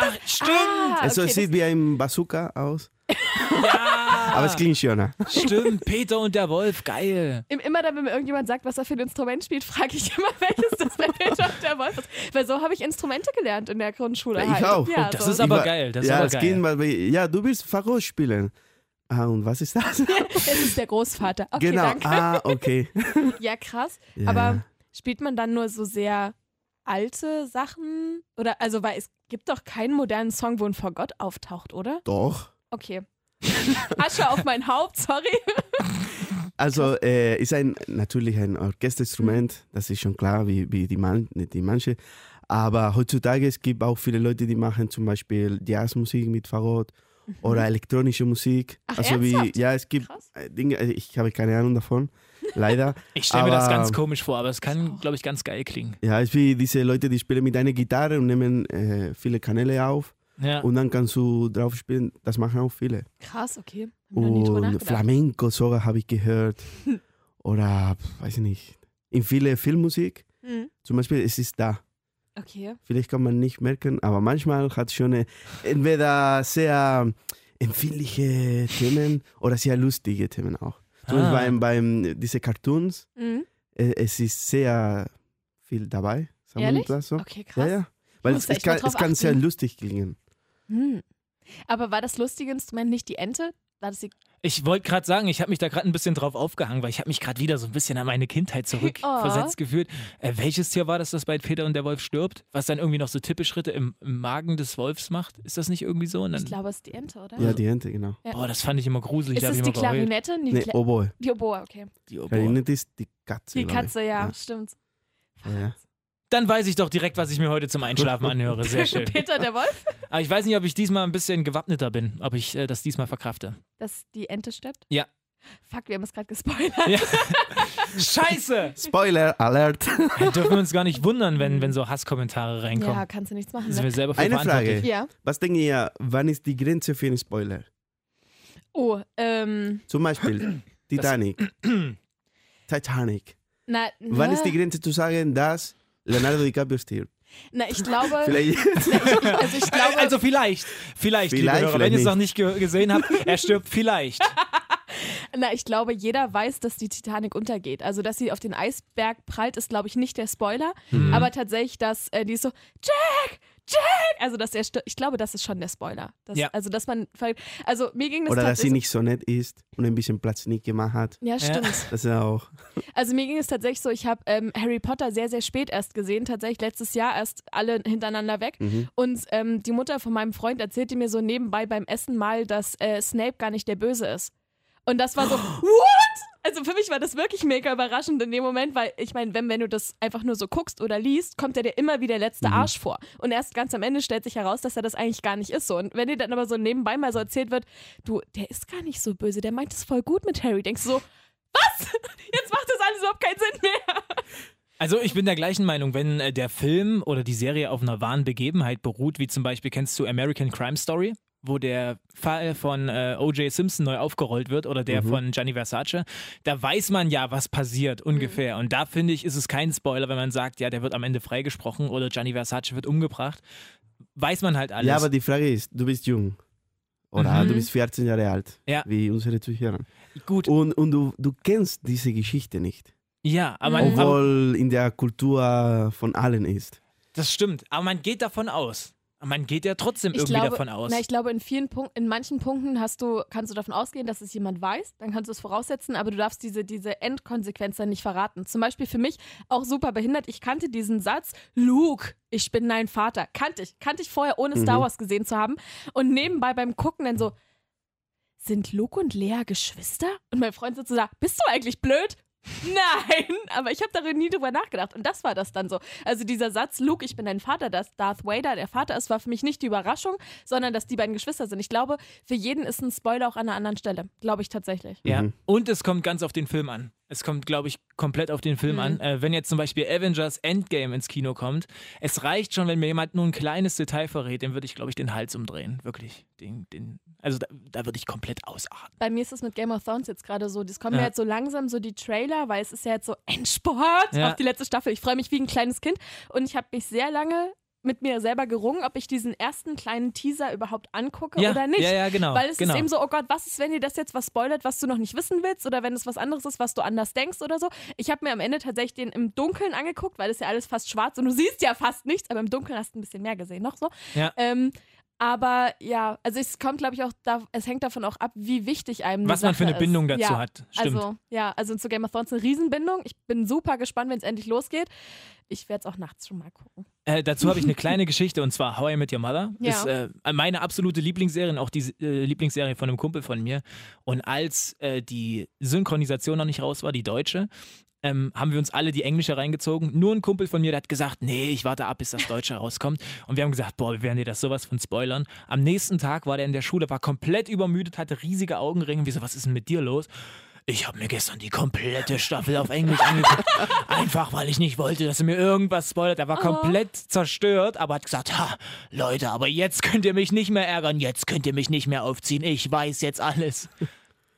Speaker 2: Ach, stimmt!
Speaker 3: ah,
Speaker 4: also
Speaker 3: okay,
Speaker 4: es sieht wie ein Bazooka aus.
Speaker 2: Ah. Ja!
Speaker 3: Ah.
Speaker 4: Aber es klingt schöner.
Speaker 2: Stimmt, Peter und der Wolf, geil.
Speaker 3: das, im- immer dann, wenn mir irgendjemand sagt, was er für ein Instrument spielt, frage ich immer, welches das bei Peter und der Wolf ist. Weil so habe ich Instrumente gelernt in der Grundschule.
Speaker 4: Ich
Speaker 3: halt.
Speaker 4: auch.
Speaker 3: Ja,
Speaker 2: Das
Speaker 3: so.
Speaker 2: ist aber
Speaker 4: Ich war-
Speaker 2: geil, das ist
Speaker 4: ja,
Speaker 2: aber
Speaker 4: es
Speaker 2: geil.
Speaker 4: Ging, mal wie- ja, du willst Fagott spielen. Ah, und was ist das?
Speaker 3: es ist der Großvater. Okay,
Speaker 4: genau.
Speaker 3: danke.
Speaker 4: Ah, okay.
Speaker 3: Ja, krass.
Speaker 4: Ja.
Speaker 3: Aber spielt man dann nur so sehr alte Sachen? Oder, also, weil es gibt doch keinen modernen Song, wo ein Vor Gott auftaucht, oder?
Speaker 4: Doch.
Speaker 3: Okay. Asche auf mein Haupt, sorry.
Speaker 4: Also äh, ist ein natürlich ein Orchesterinstrument, das ist schon klar, wie, wie die, man, die manche. Aber heutzutage es gibt auch viele Leute, die machen zum Beispiel Jazzmusik mit Fagott
Speaker 2: Mhm.
Speaker 4: oder elektronische Musik.
Speaker 3: Ach,
Speaker 4: also
Speaker 3: ernsthaft?
Speaker 4: wie ja, es gibt
Speaker 3: Krass.
Speaker 4: äh, Dinge. also Ich habe keine Ahnung davon, leider.
Speaker 2: Ich stelle mir das
Speaker 4: Aber- ähm,
Speaker 2: ganz komisch vor, aber es kann, glaube ich, ganz geil klingen.
Speaker 4: ja, es ist wie diese Leute, die spielen mit einer Gitarre und nehmen äh, viele Kanäle auf
Speaker 2: Ja.
Speaker 4: und dann kannst du drauf spielen. Das machen auch viele.
Speaker 3: Krass, okay. Hab noch
Speaker 4: Uh,
Speaker 3: nie drüber
Speaker 4: Und
Speaker 3: nachgedacht.
Speaker 4: Flamenco sogar habe ich gehört. Oder pf, weiß ich nicht. In viele Filmmusik.
Speaker 3: Mhm.
Speaker 4: Zum Beispiel, es ist da.
Speaker 3: Okay.
Speaker 4: Vielleicht kann man nicht merken, aber manchmal hat schon äh, entweder sehr empfindliche Themen oder sehr lustige Themen auch. Zum
Speaker 2: Ah.
Speaker 4: Beispiel beim, beim diese Cartoons,
Speaker 3: Mhm.
Speaker 4: äh, es ist sehr viel dabei. Sagen wir
Speaker 3: Ehrlich?
Speaker 4: das so.
Speaker 3: Okay, krass.
Speaker 4: Ja, ja. Weil
Speaker 3: muss
Speaker 4: es,
Speaker 3: da
Speaker 4: es
Speaker 3: echt mal
Speaker 4: kann, es
Speaker 3: drauf
Speaker 4: kann sehr
Speaker 3: achten.
Speaker 4: lustig klingen.
Speaker 3: Hm. Aber war das lustige Instrument nicht die Ente? War das die
Speaker 2: Ich wollte gerade sagen, ich habe mich da gerade ein bisschen drauf aufgehangen, weil ich habe mich gerade wieder so ein bisschen an meine Kindheit zurückversetzt gefühlt. Äh, welches Tier war das, das bei Peter und der Wolf stirbt? Was dann irgendwie noch so Tippeschritte im, im Magen des Wolfs macht? Ist das nicht irgendwie so? Und dann,
Speaker 3: ich glaube, es ist die Ente, oder?
Speaker 4: Ja, die Ente, genau.
Speaker 2: boah, das fand ich immer gruselig.
Speaker 3: ist
Speaker 2: da hab
Speaker 3: es
Speaker 2: ich
Speaker 3: die
Speaker 2: immer geheult.
Speaker 3: Klarinette? Die,
Speaker 4: Nee, Oh
Speaker 3: Kla
Speaker 4: Oboe.
Speaker 3: die Oboe, okay.
Speaker 2: Die oh, Oboe.
Speaker 4: Klarinette ist die Katze.
Speaker 3: Die
Speaker 4: glaub ich.
Speaker 3: Katze, ja,
Speaker 4: Ja.
Speaker 3: stimmt.
Speaker 4: Ja, ja.
Speaker 2: Dann weiß ich doch direkt, was ich mir heute zum Einschlafen anhöre. Sehr schön.
Speaker 3: Peter der Wolf?
Speaker 2: Aber ich weiß nicht, ob ich diesmal ein bisschen gewappneter bin, ob ich äh, das diesmal verkrafte.
Speaker 3: Dass die Ente stirbt?
Speaker 2: Ja.
Speaker 3: Fuck, wir haben es gerade gespoilert.
Speaker 2: Ja. Scheiße!
Speaker 4: Spoiler Alert!
Speaker 2: Dann dürfen wir uns gar nicht wundern, wenn, wenn so Hasskommentare reinkommen.
Speaker 3: Ja, kannst du nichts machen.
Speaker 2: Dann sind
Speaker 3: Ne?
Speaker 2: wir selber für
Speaker 4: Eine
Speaker 2: verantwortlich.
Speaker 3: Ja.
Speaker 4: Was denkt ihr, wann ist die Grenze für einen Spoiler?
Speaker 3: Oh, ähm,
Speaker 4: Zum Beispiel Titanic. Titanic.
Speaker 3: na, ne?
Speaker 4: Wann ist die Grenze zu sagen, dass Leonardo DiCaprio stirbt?
Speaker 3: Na, ich glaube,
Speaker 4: Vielleicht,
Speaker 3: also ich glaube,
Speaker 2: Also vielleicht, vielleicht, liebe
Speaker 4: Vielleicht,
Speaker 2: Hörer, wenn
Speaker 4: vielleicht
Speaker 2: ihr es noch nicht ge gesehen habt, er stirbt vielleicht.
Speaker 3: na, ich glaube, jeder weiß, dass die Titanic untergeht. Also, dass sie auf den Eisberg prallt, ist, glaube ich, nicht der Spoiler.
Speaker 4: Mhm.
Speaker 3: Aber tatsächlich, dass äh, die ist so, Jack! Jack! Also, dass er stirbt. Ich glaube, das ist schon der Spoiler. Das,
Speaker 2: Ja.
Speaker 3: Also, dass man. ver- Also, mir ging das
Speaker 4: oder dass sie
Speaker 3: tatsächlich.
Speaker 4: nicht so nett ist und ein bisschen Platz nicht gemacht hat.
Speaker 3: ja, stimmt.
Speaker 4: Das ist auch.
Speaker 3: Also mir ging es tatsächlich so, ich habe ähm, Harry Potter sehr, sehr spät erst gesehen, tatsächlich letztes Jahr erst alle hintereinander weg. Und ähm, die Mutter von meinem Freund erzählte mir so nebenbei beim Essen mal, dass äh, Snape gar nicht der Böse ist. Und das war so, what? Also für mich war das wirklich mega überraschend in dem Moment, weil ich meine, wenn, wenn du das einfach nur so guckst oder liest, kommt er dir immer wie der letzte Arsch vor. Und erst ganz am Ende stellt sich heraus, dass er das eigentlich gar nicht ist so. Und wenn dir dann aber so nebenbei mal so erzählt wird, du, der ist gar nicht so böse, der meint es voll gut mit Harry, denkst du so, was? Jetzt macht das alles überhaupt keinen Sinn mehr.
Speaker 2: Also ich bin der gleichen Meinung, wenn äh, der Film oder die Serie auf einer wahren Begebenheit beruht, wie zum Beispiel, kennst du American Crime Story? wo der Fall von äh, O.J. Simpson neu aufgerollt wird oder der von Gianni Versace, da weiß man ja, was passiert ungefähr. Und da finde ich, ist es kein Spoiler, wenn man sagt, ja, der wird am Ende freigesprochen oder Gianni Versace wird umgebracht. Weiß man halt alles.
Speaker 4: Ja, aber die Frage ist, du bist jung. Oder
Speaker 2: Mhm.
Speaker 4: du bist 14 Jahre alt,
Speaker 2: Ja.
Speaker 4: wie unsere Zuhörer.
Speaker 2: Gut,
Speaker 4: Und, und du, du kennst diese Geschichte nicht,
Speaker 2: ja, aber, man, aber
Speaker 4: obwohl in der Kultur von allen ist.
Speaker 2: Das stimmt, aber man geht davon aus. Man geht ja trotzdem irgendwie davon aus.
Speaker 3: Na, ich glaube, in vielen Punkten, in manchen Punkten hast du, kannst du davon ausgehen, dass es jemand weiß, dann kannst du es voraussetzen, aber du darfst diese, diese Endkonsequenz dann nicht verraten. Zum Beispiel für mich auch super behindert, ich kannte diesen Satz, Luke, ich bin dein Vater. Kannte ich, kannte ich vorher, ohne Star Wars gesehen zu haben. Und nebenbei beim Gucken dann so, sind Luke und Lea Geschwister? Und mein Freund sitzt so da, bist du eigentlich blöd? Nein, aber ich habe darüber nie drüber nachgedacht. Und das war das dann so. Also dieser Satz, Luke, ich bin dein Vater, dass Darth Vader der Vater ist, war für mich nicht die Überraschung, sondern dass die beiden Geschwister sind. Ich glaube, für jeden ist ein Spoiler auch an einer anderen Stelle. Glaube ich tatsächlich.
Speaker 2: ja.
Speaker 4: Mhm.
Speaker 2: Und es kommt ganz auf den Film an. Es kommt, glaube ich, komplett auf den Film
Speaker 3: Mhm.
Speaker 2: an. Äh, wenn jetzt zum Beispiel Avengers Endgame ins Kino kommt, es reicht schon, wenn mir jemand nur ein kleines Detail verrät, dann würde ich, glaube ich, den Hals umdrehen. Wirklich. Den, den, also da, da würde ich komplett ausarten.
Speaker 3: Bei mir ist es mit Game of Thrones jetzt gerade so. Das kommen
Speaker 2: Ja.
Speaker 3: ja. jetzt so langsam so die Trailer, weil es ist ja jetzt so Endsport
Speaker 2: Ja.
Speaker 3: auf die letzte Staffel. Ich freue mich wie ein kleines Kind und ich habe mich sehr lange mit mir selber gerungen, ob ich diesen ersten kleinen Teaser überhaupt angucke
Speaker 2: ja,
Speaker 3: oder nicht.
Speaker 2: ja, ja, genau.
Speaker 3: Weil es
Speaker 2: genau.
Speaker 3: ist eben so, oh Gott, was ist, wenn dir das jetzt was spoilert, was du noch nicht wissen willst oder wenn es was anderes ist, was du anders denkst oder so. Ich habe mir am Ende tatsächlich den im Dunkeln angeguckt, weil es ja alles fast schwarz und du siehst ja fast nichts, aber im Dunkeln hast du ein bisschen mehr gesehen, noch so.
Speaker 2: Ja.
Speaker 3: Ähm, aber ja, also es kommt, glaube ich, auch, da, es hängt davon auch ab, wie wichtig einem die
Speaker 2: Was man für
Speaker 3: Sache
Speaker 2: eine Bindung
Speaker 3: ist.
Speaker 2: dazu
Speaker 3: ja.
Speaker 2: hat. Stimmt.
Speaker 3: Also, ja, also zu Game of Thrones eine Riesenbindung. Ich bin super gespannt, wenn es endlich losgeht. Ich werde es auch nachts schon mal gucken.
Speaker 2: Äh, dazu habe ich eine kleine Geschichte und zwar How I Met Your Mother.
Speaker 3: Ja.
Speaker 2: Ist äh, meine absolute Lieblingsserie und auch die äh, Lieblingsserie von einem Kumpel von mir. Und als äh, die Synchronisation noch nicht raus war, die deutsche, ähm, haben wir uns alle die englische reingezogen. Nur ein Kumpel von mir, der hat gesagt, nee, ich warte ab, bis das Deutsche rauskommt. Und wir haben gesagt, boah, wir werden dir das sowas von spoilern. Am nächsten Tag war der in der Schule, war komplett übermüdet, hatte riesige Augenringe. Wir so, was ist denn mit dir los? Ich habe mir gestern die komplette Staffel auf Englisch angeguckt. Einfach, weil ich nicht wollte, dass er mir irgendwas spoilert. Er war komplett zerstört, aber hat gesagt, ha, Leute, aber jetzt könnt ihr mich nicht mehr ärgern. Jetzt könnt ihr mich nicht mehr aufziehen. Ich weiß jetzt alles.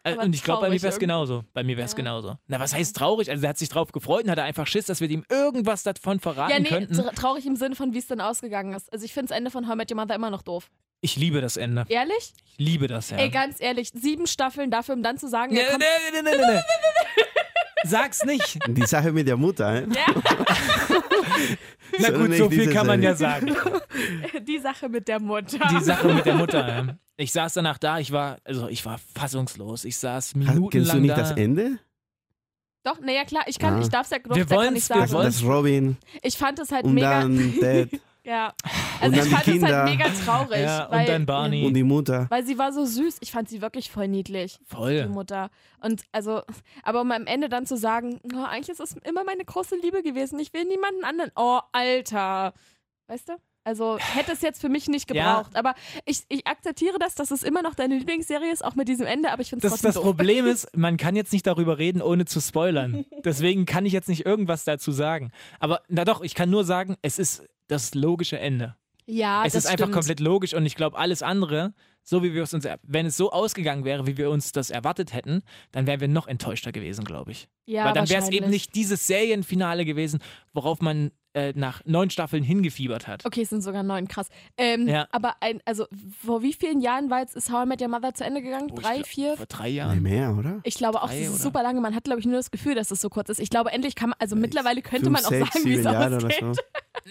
Speaker 2: Äh,
Speaker 3: Aber
Speaker 2: Und ich glaube, bei mir
Speaker 3: traurig
Speaker 2: wäre es
Speaker 3: irgendwie.
Speaker 2: genauso. Bei mir wäre es genauso. Na, was heißt traurig? Also, er hat sich drauf gefreut und hatte einfach Schiss, dass wir ihm irgendwas davon verraten
Speaker 3: Ja, nee,
Speaker 2: könnten.
Speaker 3: tra- traurig im Sinne von, wie es dann ausgegangen ist. Also ich finde das Ende von How I Met Your Mother immer noch doof.
Speaker 2: Ich liebe das Ende.
Speaker 3: Ehrlich?
Speaker 2: Ich liebe das, ja.
Speaker 3: Ey, ganz ehrlich, sieben Staffeln dafür, um dann zu sagen,
Speaker 2: Nee,
Speaker 3: er kommt,
Speaker 2: nee, nee, nee, nee, nee. Sag's nicht.
Speaker 4: Die Sache mit der Mutter, eh?
Speaker 2: Na
Speaker 4: Soll
Speaker 2: gut,
Speaker 4: nicht
Speaker 2: so viel
Speaker 4: diese
Speaker 2: kann man ja
Speaker 4: Serie.
Speaker 2: sagen.
Speaker 3: äh, die Sache mit der Mutter.
Speaker 2: Die Sache mit der Mutter. ja. Ich saß danach da, ich war, also ich war fassungslos. Ich saß
Speaker 4: Hat-
Speaker 2: minutenlang
Speaker 4: kennst du nicht
Speaker 2: da.
Speaker 4: das Ende?
Speaker 3: Doch, naja, klar, ich kann,
Speaker 4: Ja.
Speaker 3: ich darf's ja doch,
Speaker 2: Wir
Speaker 3: da kann
Speaker 2: wollen's,
Speaker 3: ich
Speaker 2: wir
Speaker 3: sagen.
Speaker 2: wollen-
Speaker 4: Das Robin
Speaker 3: Ich fand es halt
Speaker 4: und
Speaker 3: mega.
Speaker 4: Um dann Ted
Speaker 3: ja. Also
Speaker 4: dann
Speaker 3: ich
Speaker 4: die
Speaker 3: fand es
Speaker 4: Kinder.
Speaker 3: halt mega traurig.
Speaker 2: Um Ja, und
Speaker 3: weil,
Speaker 2: dann Barney.
Speaker 4: und die Mutter.
Speaker 3: Weil sie war so süß. Ich fand sie wirklich voll niedlich. Die
Speaker 2: Voll.
Speaker 3: Mutter. Und also, aber um am Ende dann zu sagen, oh, eigentlich ist es immer meine große Liebe gewesen. Ich will niemanden anderen. Oh, Alter. Weißt du? Also hätte es jetzt für mich nicht
Speaker 2: Ja.
Speaker 3: gebraucht. Aber ich, ich akzeptiere das, dass es immer noch deine Lieblingsserie ist, auch mit diesem Ende, aber ich finde es
Speaker 2: Das,
Speaker 3: trotzdem
Speaker 2: das
Speaker 3: doof.
Speaker 2: Problem ist, man kann jetzt nicht darüber reden, ohne zu spoilern. Deswegen kann ich jetzt nicht irgendwas dazu sagen. Aber na doch, ich kann nur sagen, es ist das logische Ende.
Speaker 3: Ja,
Speaker 2: es
Speaker 3: das
Speaker 2: ist einfach
Speaker 3: stimmt.
Speaker 2: komplett logisch und ich glaube, alles andere so wie wir es uns, er- wenn es so ausgegangen wäre, wie wir uns das erwartet hätten, dann wären wir noch enttäuschter gewesen, glaube ich.
Speaker 3: Ja,
Speaker 2: Weil dann wäre es eben
Speaker 3: wahrscheinlich.
Speaker 2: nicht dieses Serienfinale gewesen, worauf man äh, nach neun Staffeln hingefiebert hat.
Speaker 3: Okay, es sind sogar neun, krass. Ähm,
Speaker 2: Ja.
Speaker 3: Aber ein, also vor wie vielen Jahren war jetzt ist How I Met Your Mother zu Ende gegangen?
Speaker 2: Oh, ich
Speaker 3: Drei,
Speaker 2: glaub,
Speaker 3: vier?
Speaker 2: Vor drei
Speaker 4: Nee,
Speaker 2: Jahren.
Speaker 4: mehr, oder?
Speaker 3: Ich glaube auch,
Speaker 2: drei,
Speaker 3: das ist
Speaker 2: oder?
Speaker 3: super lange. Man hat, glaube ich, nur das Gefühl, dass es so kurz ist. Ich glaube, endlich kann man, also mittlerweile könnte
Speaker 4: Fünf,
Speaker 3: man auch
Speaker 4: sechs,
Speaker 3: sagen, wie
Speaker 4: sieben
Speaker 3: es
Speaker 4: Jahre oder
Speaker 3: ausgeht.
Speaker 4: so.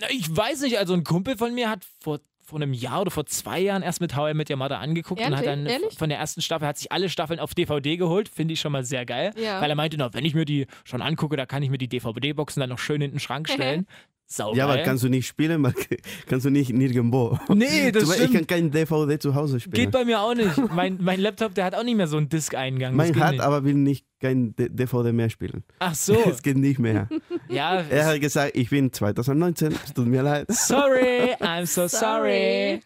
Speaker 2: Na, Ich weiß nicht, also ein Kumpel von mir hat vor, vor einem Jahr oder vor zwei Jahren erst mit How I Met Your Mother angeguckt und hat
Speaker 3: Ehrlich?
Speaker 2: dann
Speaker 3: Ehrlich?
Speaker 2: von der ersten Staffel, hat sich alle Staffeln auf DVD geholt, finde ich schon mal sehr geil,
Speaker 3: Ja.
Speaker 2: weil er meinte, na, wenn ich mir die schon angucke, da kann ich mir die DVD-Boxen dann noch schön in den Schrank stellen. Sau
Speaker 4: Ja, aber
Speaker 2: geil.
Speaker 4: kannst du nicht spielen, weil kannst du nicht nirgendwo.
Speaker 2: Nee, das
Speaker 4: Zum Beispiel, ich kann
Speaker 2: stimmt.
Speaker 4: kein DVD zu Hause spielen.
Speaker 2: Geht bei mir auch nicht. Mein, mein Laptop, der hat auch nicht mehr so einen Disk-Eingang. Das
Speaker 4: mein
Speaker 2: geht
Speaker 4: hat
Speaker 2: nicht.
Speaker 4: aber will nicht kein D- DVD mehr spielen.
Speaker 2: Ach so,
Speaker 4: Es geht nicht mehr.
Speaker 2: ja.
Speaker 4: er hat gesagt, ich bin 2019, es tut mir leid.
Speaker 2: Sorry, I'm so sorry.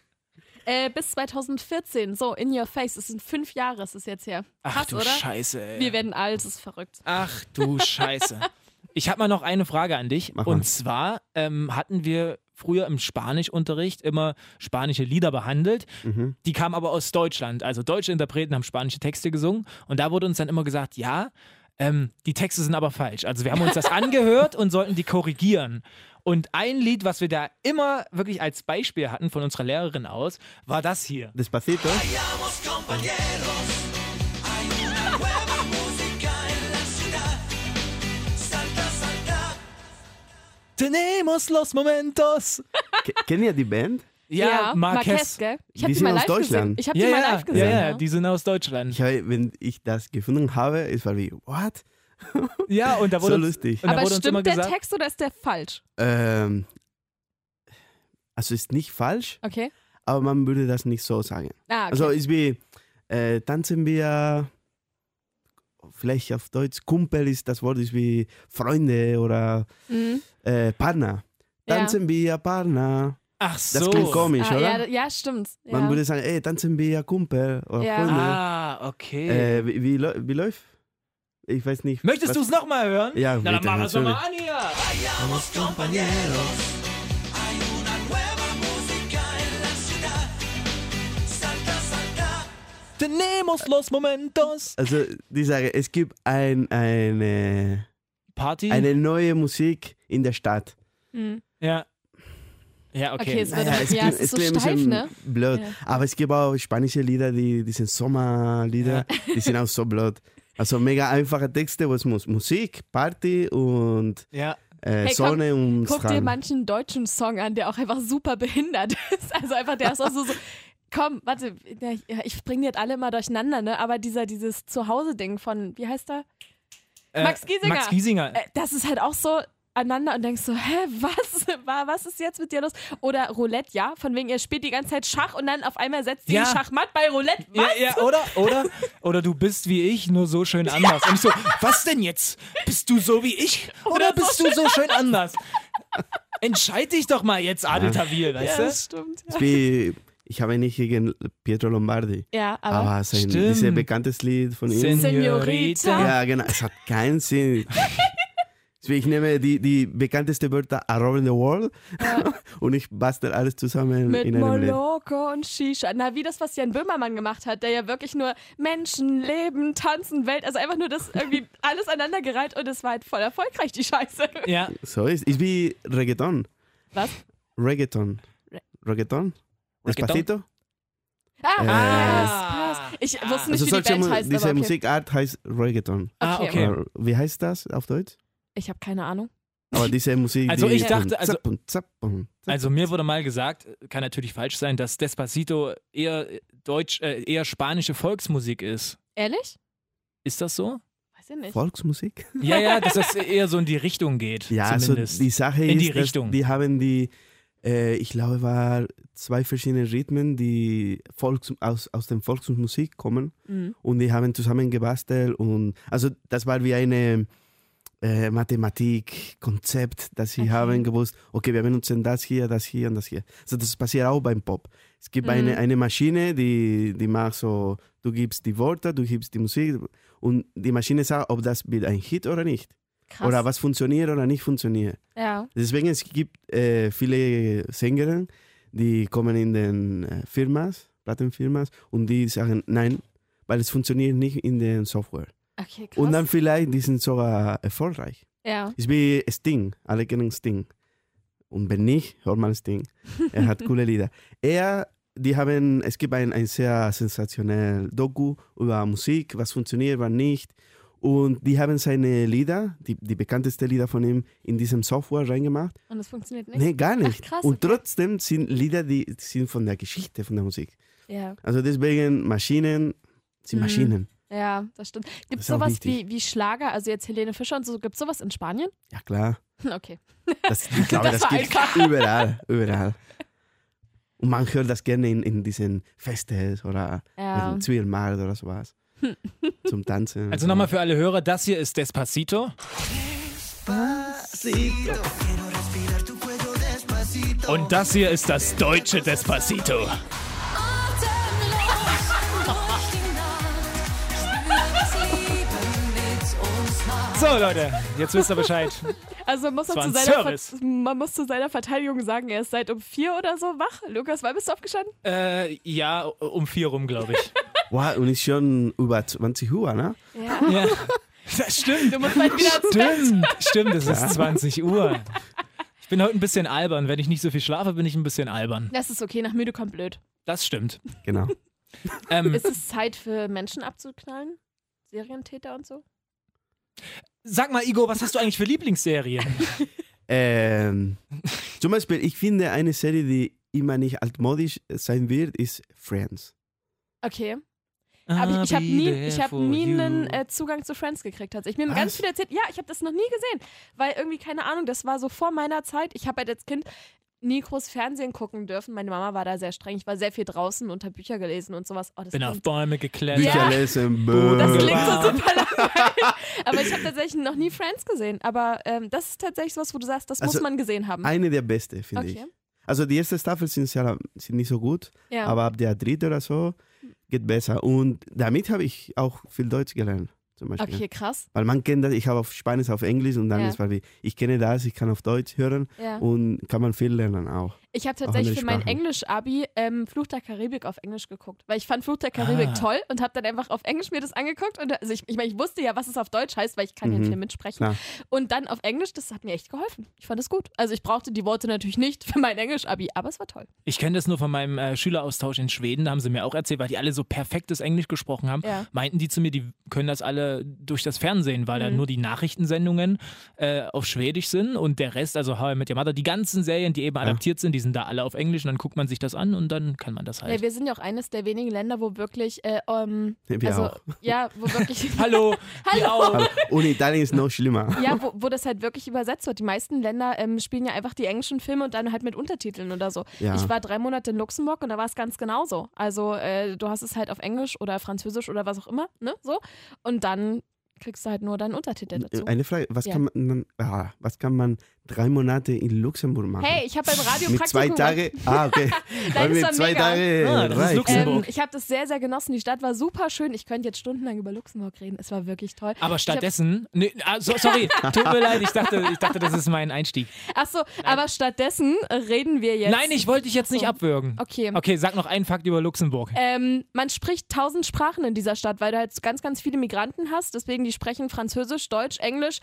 Speaker 3: Äh, bis 2014, so, in your face. Es sind fünf Jahre, es ist jetzt her.
Speaker 2: Ach
Speaker 3: Krass,
Speaker 2: du
Speaker 3: oder?
Speaker 2: Scheiße. Ey.
Speaker 3: Wir werden alt, das ist verrückt.
Speaker 2: Ach du Scheiße. Ich habe mal noch eine Frage an dich.
Speaker 4: Mach mal.
Speaker 2: Und zwar ähm, hatten wir früher im Spanischunterricht immer spanische Lieder behandelt.
Speaker 4: Mhm.
Speaker 2: Die kamen aber aus Deutschland. Also deutsche Interpreten haben spanische Texte gesungen. Und da wurde uns dann immer gesagt, ja, ähm, die Texte sind aber falsch. Also wir haben uns das angehört und sollten die korrigieren. Und ein Lied, was wir da immer wirklich als Beispiel hatten von unserer Lehrerin aus, war das hier.
Speaker 4: Despacito.
Speaker 5: Vamos compañeros, hay una nueva música en la ciudad. Salta, salta.
Speaker 2: Tenemos los momentos.
Speaker 4: Ke- Kennt ihr die Band?
Speaker 2: Ja,
Speaker 3: Marquez,
Speaker 2: Marquez.
Speaker 3: gell? Ich
Speaker 4: Die
Speaker 3: habe die
Speaker 4: sind
Speaker 3: mal
Speaker 4: aus
Speaker 3: live gesehen.
Speaker 4: Deutschland.
Speaker 3: Ich habe
Speaker 2: Ja,
Speaker 3: die mal
Speaker 2: ja,
Speaker 3: live
Speaker 2: ja,
Speaker 3: gesehen. ne?
Speaker 2: ja, die sind aus Deutschland.
Speaker 4: Ich habe, wenn ich das gefunden habe, es war wie, what?
Speaker 2: Ja, und da
Speaker 4: So
Speaker 2: wurde uns,
Speaker 4: lustig.
Speaker 2: und da
Speaker 3: Aber
Speaker 2: wurde uns immer
Speaker 3: stimmt der
Speaker 2: gesagt,
Speaker 3: Text oder ist der falsch?
Speaker 4: Ähm, also ist nicht falsch,
Speaker 3: Okay.
Speaker 4: aber man würde das nicht so sagen.
Speaker 3: Ah, okay.
Speaker 4: Also ist wie, äh, tanzen wir, vielleicht auf Deutsch, Kumpel ist das Wort, ist wie Freunde oder
Speaker 3: mhm.
Speaker 4: äh, Partner.
Speaker 3: Ja.
Speaker 4: Tanzen wir Partner.
Speaker 2: ach
Speaker 4: Das
Speaker 2: so.
Speaker 4: klingt komisch,
Speaker 3: ah,
Speaker 4: oder?
Speaker 3: ja, d- ja, stimmt. Ja.
Speaker 4: Man würde sagen, ey, tanzen wir Kumpel oder
Speaker 3: Ja.
Speaker 4: Freunde.
Speaker 2: Ah, okay.
Speaker 4: ne? Äh, wie, wie, läu- wie läuft? Ich weiß nicht.
Speaker 2: Möchtest
Speaker 4: was-
Speaker 2: du es nochmal hören?
Speaker 4: Ja,
Speaker 2: Na, dann
Speaker 4: bitte,
Speaker 2: machen wir es nochmal
Speaker 4: natürlich.
Speaker 2: an hier.
Speaker 5: Vamos compañeros, hay una nueva música en la ciudad. Salta, salta.
Speaker 2: Tenemos los momentos.
Speaker 4: Also, die sagen, es gibt ein, eine,
Speaker 2: Party?
Speaker 4: eine neue Musik in der Stadt.
Speaker 3: Mhm.
Speaker 2: ja. Ja,
Speaker 3: Okay,
Speaker 2: okay.
Speaker 3: es war- Ja,
Speaker 4: es
Speaker 3: ja,
Speaker 4: klingt-
Speaker 3: es ist so
Speaker 4: klingt ein
Speaker 3: steif,
Speaker 4: bisschen
Speaker 3: ne?
Speaker 4: blöd.
Speaker 3: Ja.
Speaker 4: Aber es gibt auch spanische Lieder, die, die sind Sommerlieder, die sind auch so blöd. Also mega einfache Texte, wo es muss Musik, Party und
Speaker 2: ja.
Speaker 4: äh,
Speaker 3: Hey, komm,
Speaker 4: Sonne und
Speaker 3: Guck dir
Speaker 4: Strand.
Speaker 3: manchen deutschen Song an, der auch einfach super behindert ist. Also einfach, der ist auch so, so komm, warte, ja, ich- ja, ich bringe jetzt alle immer durcheinander, ne? Aber dieser, dieses Zuhause-Ding von, wie heißt er?
Speaker 2: Äh,
Speaker 3: Max Giesinger.
Speaker 2: Max Giesinger.
Speaker 3: Äh, das ist halt auch so aneinander und denkst so, hä, was, wa- was ist jetzt mit dir los? Oder Roulette, ja, von wegen, ihr spielt die ganze Zeit Schach und dann auf einmal setzt ihr
Speaker 2: Ja.
Speaker 3: Schachmatt bei Roulette. Was?
Speaker 2: Ja, ja, oder? Oder? Oder du bist wie ich, nur so schön anders. Und ich so, was denn jetzt? Bist du so wie ich? Oder, bist du so schön anders? Entscheid dich doch mal jetzt, Adel Tawil, weißt du?
Speaker 3: das stimmt.
Speaker 4: Es ist wie, ich habe nicht gegen Pietro Lombardi,
Speaker 3: Ja, aber,
Speaker 4: aber, sein,
Speaker 2: Stimmt.
Speaker 4: dieses bekanntes Lied von ihm.
Speaker 3: Senorita.
Speaker 4: Ja, genau. Es hat keinen Sinn. Deswegen, Ich nehme die, die bekannteste Wörter around the world und ich bastel alles zusammen
Speaker 3: mit
Speaker 4: in einem Lied.
Speaker 3: Moloko und Shisha. Na, wie das, was Jan Böhmermann gemacht hat, der ja wirklich nur Menschen, Leben, Tanzen, Welt, also einfach nur das irgendwie alles aneinandergereiht und es war halt voll erfolgreich, die Scheiße.
Speaker 2: Ja,
Speaker 4: So ist Ist wie Reggaeton.
Speaker 3: Was?
Speaker 4: Reggaeton.
Speaker 3: Re-
Speaker 4: Reggaeton?
Speaker 2: Reggaeton?
Speaker 4: Despacito?
Speaker 3: Ah,
Speaker 4: Äh.
Speaker 3: pass, pass. Ich
Speaker 2: Ah.
Speaker 3: wusste nicht, wie die
Speaker 4: solche
Speaker 3: Band
Speaker 4: Mu-
Speaker 3: heißt,
Speaker 4: Also diese
Speaker 3: aber okay.
Speaker 4: Musikart heißt Reggaeton.
Speaker 2: Ah,
Speaker 3: Okay.
Speaker 2: okay.
Speaker 4: Oder Wie heißt das auf Deutsch?
Speaker 3: Ich habe keine Ahnung.
Speaker 4: Aber diese Musik.
Speaker 2: Also
Speaker 4: die
Speaker 2: ich dachte,
Speaker 4: Zapp
Speaker 2: also-
Speaker 4: und zapp und zapp.
Speaker 2: Also mir wurde mal gesagt, kann natürlich falsch sein, dass Despacito eher deutsch, äh, eher spanische Volksmusik ist.
Speaker 3: Ehrlich?
Speaker 2: Ist das so?
Speaker 3: Weiß ich Äh, nicht.
Speaker 4: Volksmusik?
Speaker 2: Ja, ja, dass das eher so in die Richtung geht.
Speaker 4: Ja, also
Speaker 2: zumindest.
Speaker 4: die Sache
Speaker 2: In
Speaker 4: ist,
Speaker 2: die
Speaker 4: dass
Speaker 2: Richtung.
Speaker 4: die haben die, äh, ich glaube, war zwei verschiedene Rhythmen, die Volks, aus, aus der Volksmusik kommen
Speaker 3: Mhm.
Speaker 4: und die haben zusammen gebastelt und also das war wie eine äh, Mathematik, Konzept, dass sie
Speaker 3: Okay.
Speaker 4: haben gewusst, okay, wir benutzen das hier, das hier und das hier. Also das passiert auch beim Pop. Es gibt
Speaker 3: Mhm.
Speaker 4: eine, eine Maschine, die, die macht so, du gibst die Wörter, du gibst die Musik und die Maschine sagt, ob das wird ein Hit oder nicht
Speaker 3: Krass.
Speaker 4: oder was funktioniert oder nicht funktioniert.
Speaker 3: Ja.
Speaker 4: Deswegen es gibt äh, viele Sängerinnen, die kommen in den äh, Firmas, Plattenfirmas und die sagen nein, weil es funktioniert nicht in der Software.
Speaker 3: Okay, krass.
Speaker 4: Und dann vielleicht, die sind sogar erfolgreich.
Speaker 3: ja.
Speaker 4: Ist wie Sting, alle kennen Sting. Und wenn nicht, hört mal Sting. Er hat coole Lieder. Er, die haben, es gibt ein, ein sehr sensationell Doku über Musik, was funktioniert, was nicht. Und die haben seine Lieder, die, die bekanntesten Lieder von ihm, in diesem Software reingemacht.
Speaker 3: Und es funktioniert nicht?
Speaker 4: Nee, gar nicht.
Speaker 3: Ach, krass,
Speaker 4: Und
Speaker 3: okay.
Speaker 4: trotzdem sind Lieder, die sind von der Geschichte, von der Musik.
Speaker 3: Ja.
Speaker 4: Also deswegen Maschinen sind
Speaker 3: Mhm.
Speaker 4: Maschinen.
Speaker 3: ja, das stimmt. Gibt es
Speaker 4: ist auch
Speaker 3: sowas
Speaker 4: wichtig.
Speaker 3: wie, wie Schlager, also jetzt Helene Fischer und so, gibt es sowas in Spanien?
Speaker 4: Ja klar.
Speaker 3: Hm, Okay.
Speaker 4: Das, ich glaube,
Speaker 3: Das
Speaker 4: das,
Speaker 3: war
Speaker 4: gibt überall, überall. Und man hört das gerne in, in diesen Festes oder
Speaker 3: Ja.
Speaker 4: im Zwiebelmarkt oder sowas. Zum Tanzen.
Speaker 2: Also nochmal für alle Hörer, das hier ist Despacito. Und das hier ist das deutsche Despacito. So Leute, jetzt wisst ihr Bescheid.
Speaker 3: Also muss
Speaker 2: war
Speaker 3: man, zu
Speaker 2: ein
Speaker 3: seiner
Speaker 2: Service.
Speaker 3: Ver man muss zu seiner Verteidigung sagen, er ist seit um vier oder so wach. Lukas, wann bist du aufgestanden?
Speaker 2: äh, ja, um vier rum, glaube ich.
Speaker 4: Wow, und ist schon über 20 Uhr, ne?
Speaker 3: Ja.
Speaker 2: Ja. Das stimmt.
Speaker 3: Du musst bald wieder ins Bett.
Speaker 2: Stimmt, stimmt, es ist 20 Uhr. Ich bin heute ein bisschen albern. Wenn ich nicht so viel schlafe, bin ich ein bisschen albern.
Speaker 3: Das ist okay, nach müde kommt blöd.
Speaker 2: Das stimmt.
Speaker 4: Genau.
Speaker 2: Ähm,
Speaker 3: Ist es Zeit für Menschen abzuknallen? Serientäter und so?
Speaker 2: sag mal, Igo, was hast du eigentlich für Lieblingsserien?
Speaker 4: Ähm, zum Beispiel, ich finde eine Serie, die immer nicht altmodisch sein wird, ist Friends.
Speaker 3: Okay.
Speaker 2: Ah,
Speaker 3: Aber ich, ich habe nie, ich hab nie einen äh, Zugang zu Friends gekriegt. tatsächlich. Ich mir haben ganz
Speaker 4: Was?
Speaker 3: viel erzählt. Ja, ich habe das noch nie gesehen. Weil irgendwie, keine Ahnung, das war so vor meiner Zeit. Ich habe halt als Kind nie groß Fernsehen gucken dürfen. Meine Mama war da sehr streng. Ich war sehr viel draußen und habe Bücher gelesen und sowas. Oh, das
Speaker 2: bin auf
Speaker 3: klingt-
Speaker 2: Bäume geklettert.
Speaker 4: Bücher
Speaker 3: Ja.
Speaker 4: lesen,
Speaker 3: Das
Speaker 4: bäh.
Speaker 3: klingt so
Speaker 2: Wow.
Speaker 3: super langweilig. Äh, Aber ich habe tatsächlich noch nie Friends gesehen. Aber ähm, das ist tatsächlich was, wo du sagst, das muss
Speaker 4: Also,
Speaker 3: man gesehen haben.
Speaker 4: Eine der besten, finde
Speaker 3: Hm? Okay.
Speaker 4: ich. Also die erste Staffel sind, sehr, sind nicht so gut,
Speaker 3: Ja.
Speaker 4: aber ab der dritten oder so geht besser. Und damit habe ich auch viel Deutsch gelernt, zum Beispiel.
Speaker 3: okay, krass.
Speaker 4: Weil man kennt das, ich habe auf Spanisch, auf Englisch und dann
Speaker 3: Ja.
Speaker 4: ist weil ich kenne das, ich kann auf Deutsch hören
Speaker 3: Ja.
Speaker 4: und kann man viel lernen auch.
Speaker 3: Ich habe
Speaker 4: Auch
Speaker 3: tatsächlich
Speaker 4: andere
Speaker 3: für mein
Speaker 4: Sprachen.
Speaker 3: Englisch-Abi ähm, Fluch der Karibik auf Englisch geguckt, weil ich fand Fluch der Karibik
Speaker 2: Ah.
Speaker 3: toll und habe dann einfach auf Englisch mir das angeguckt. Und, also ich ich, meine, ich wusste ja, was es auf Deutsch heißt, weil ich kann ja den
Speaker 4: Mhm,
Speaker 3: Film mitsprechen.
Speaker 4: klar.
Speaker 3: Und dann auf Englisch, das hat mir echt geholfen. Ich fand es gut. Also ich brauchte die Worte natürlich nicht für mein Englisch-Abi, aber es war toll.
Speaker 2: Ich kenne das nur von meinem äh, Schüleraustausch in Schweden, da haben sie mir auch erzählt, weil die alle so perfektes Englisch gesprochen haben,
Speaker 3: Ja.
Speaker 2: meinten die zu mir, die können das alle durch das Fernsehen, weil da
Speaker 3: Mhm.
Speaker 2: nur die Nachrichtensendungen äh, auf Schwedisch sind und der Rest, also How I Met Your Mother, die ganzen Serien, die eben adaptiert sind, die sind da alle auf Englisch und dann guckt man sich das an und dann kann man das
Speaker 3: Ja,
Speaker 2: halt.
Speaker 3: wir sind ja auch eines der wenigen Länder, wo wirklich, äh, ähm,
Speaker 4: Wir
Speaker 3: also
Speaker 4: auch.
Speaker 3: ja, wo wirklich,
Speaker 2: Hallo,
Speaker 3: hallo,
Speaker 4: Aber, und Italien ist noch schlimmer.
Speaker 3: ja, wo, wo das halt wirklich übersetzt wird. Die meisten Länder ähm, spielen ja einfach die englischen Filme und dann halt mit Untertiteln oder so.
Speaker 4: Ja.
Speaker 3: Ich war drei Monate in Luxemburg und da war es ganz genauso. Also äh, du hast es halt auf Englisch oder Französisch oder was auch immer, ne? So. Und dann kriegst du halt nur deinen Untertitel dazu.
Speaker 4: Eine Frage, was,
Speaker 3: Ja.
Speaker 4: kann man, ah, was kann man drei Monate in Luxemburg machen?
Speaker 3: Hey, ich habe beim Radio
Speaker 4: mit zwei
Speaker 3: Praktikum
Speaker 4: Tage, ah okay,
Speaker 3: Nein, das war
Speaker 4: mit zwei
Speaker 3: mega.
Speaker 4: Tage äh,
Speaker 2: Ah, das ist
Speaker 4: reich.
Speaker 2: Luxemburg.
Speaker 3: Ähm, ich habe das sehr, sehr genossen. Die Stadt war super schön. Ich könnte jetzt stundenlang über Luxemburg reden. Es war wirklich toll.
Speaker 2: aber stattdessen, nee, ah, so, sorry, tut mir leid, ich dachte, ich dachte, das ist mein Einstieg.
Speaker 3: Achso, aber stattdessen reden wir jetzt.
Speaker 2: Nein, ich wollte dich jetzt nicht
Speaker 3: So.
Speaker 2: abwürgen.
Speaker 3: Okay.
Speaker 2: Okay, sag noch einen Fakt über Luxemburg.
Speaker 3: Ähm, man spricht tausend Sprachen in dieser Stadt, weil du halt ganz, ganz viele Migranten hast. Deswegen, die sprechen Französisch, Deutsch, Englisch,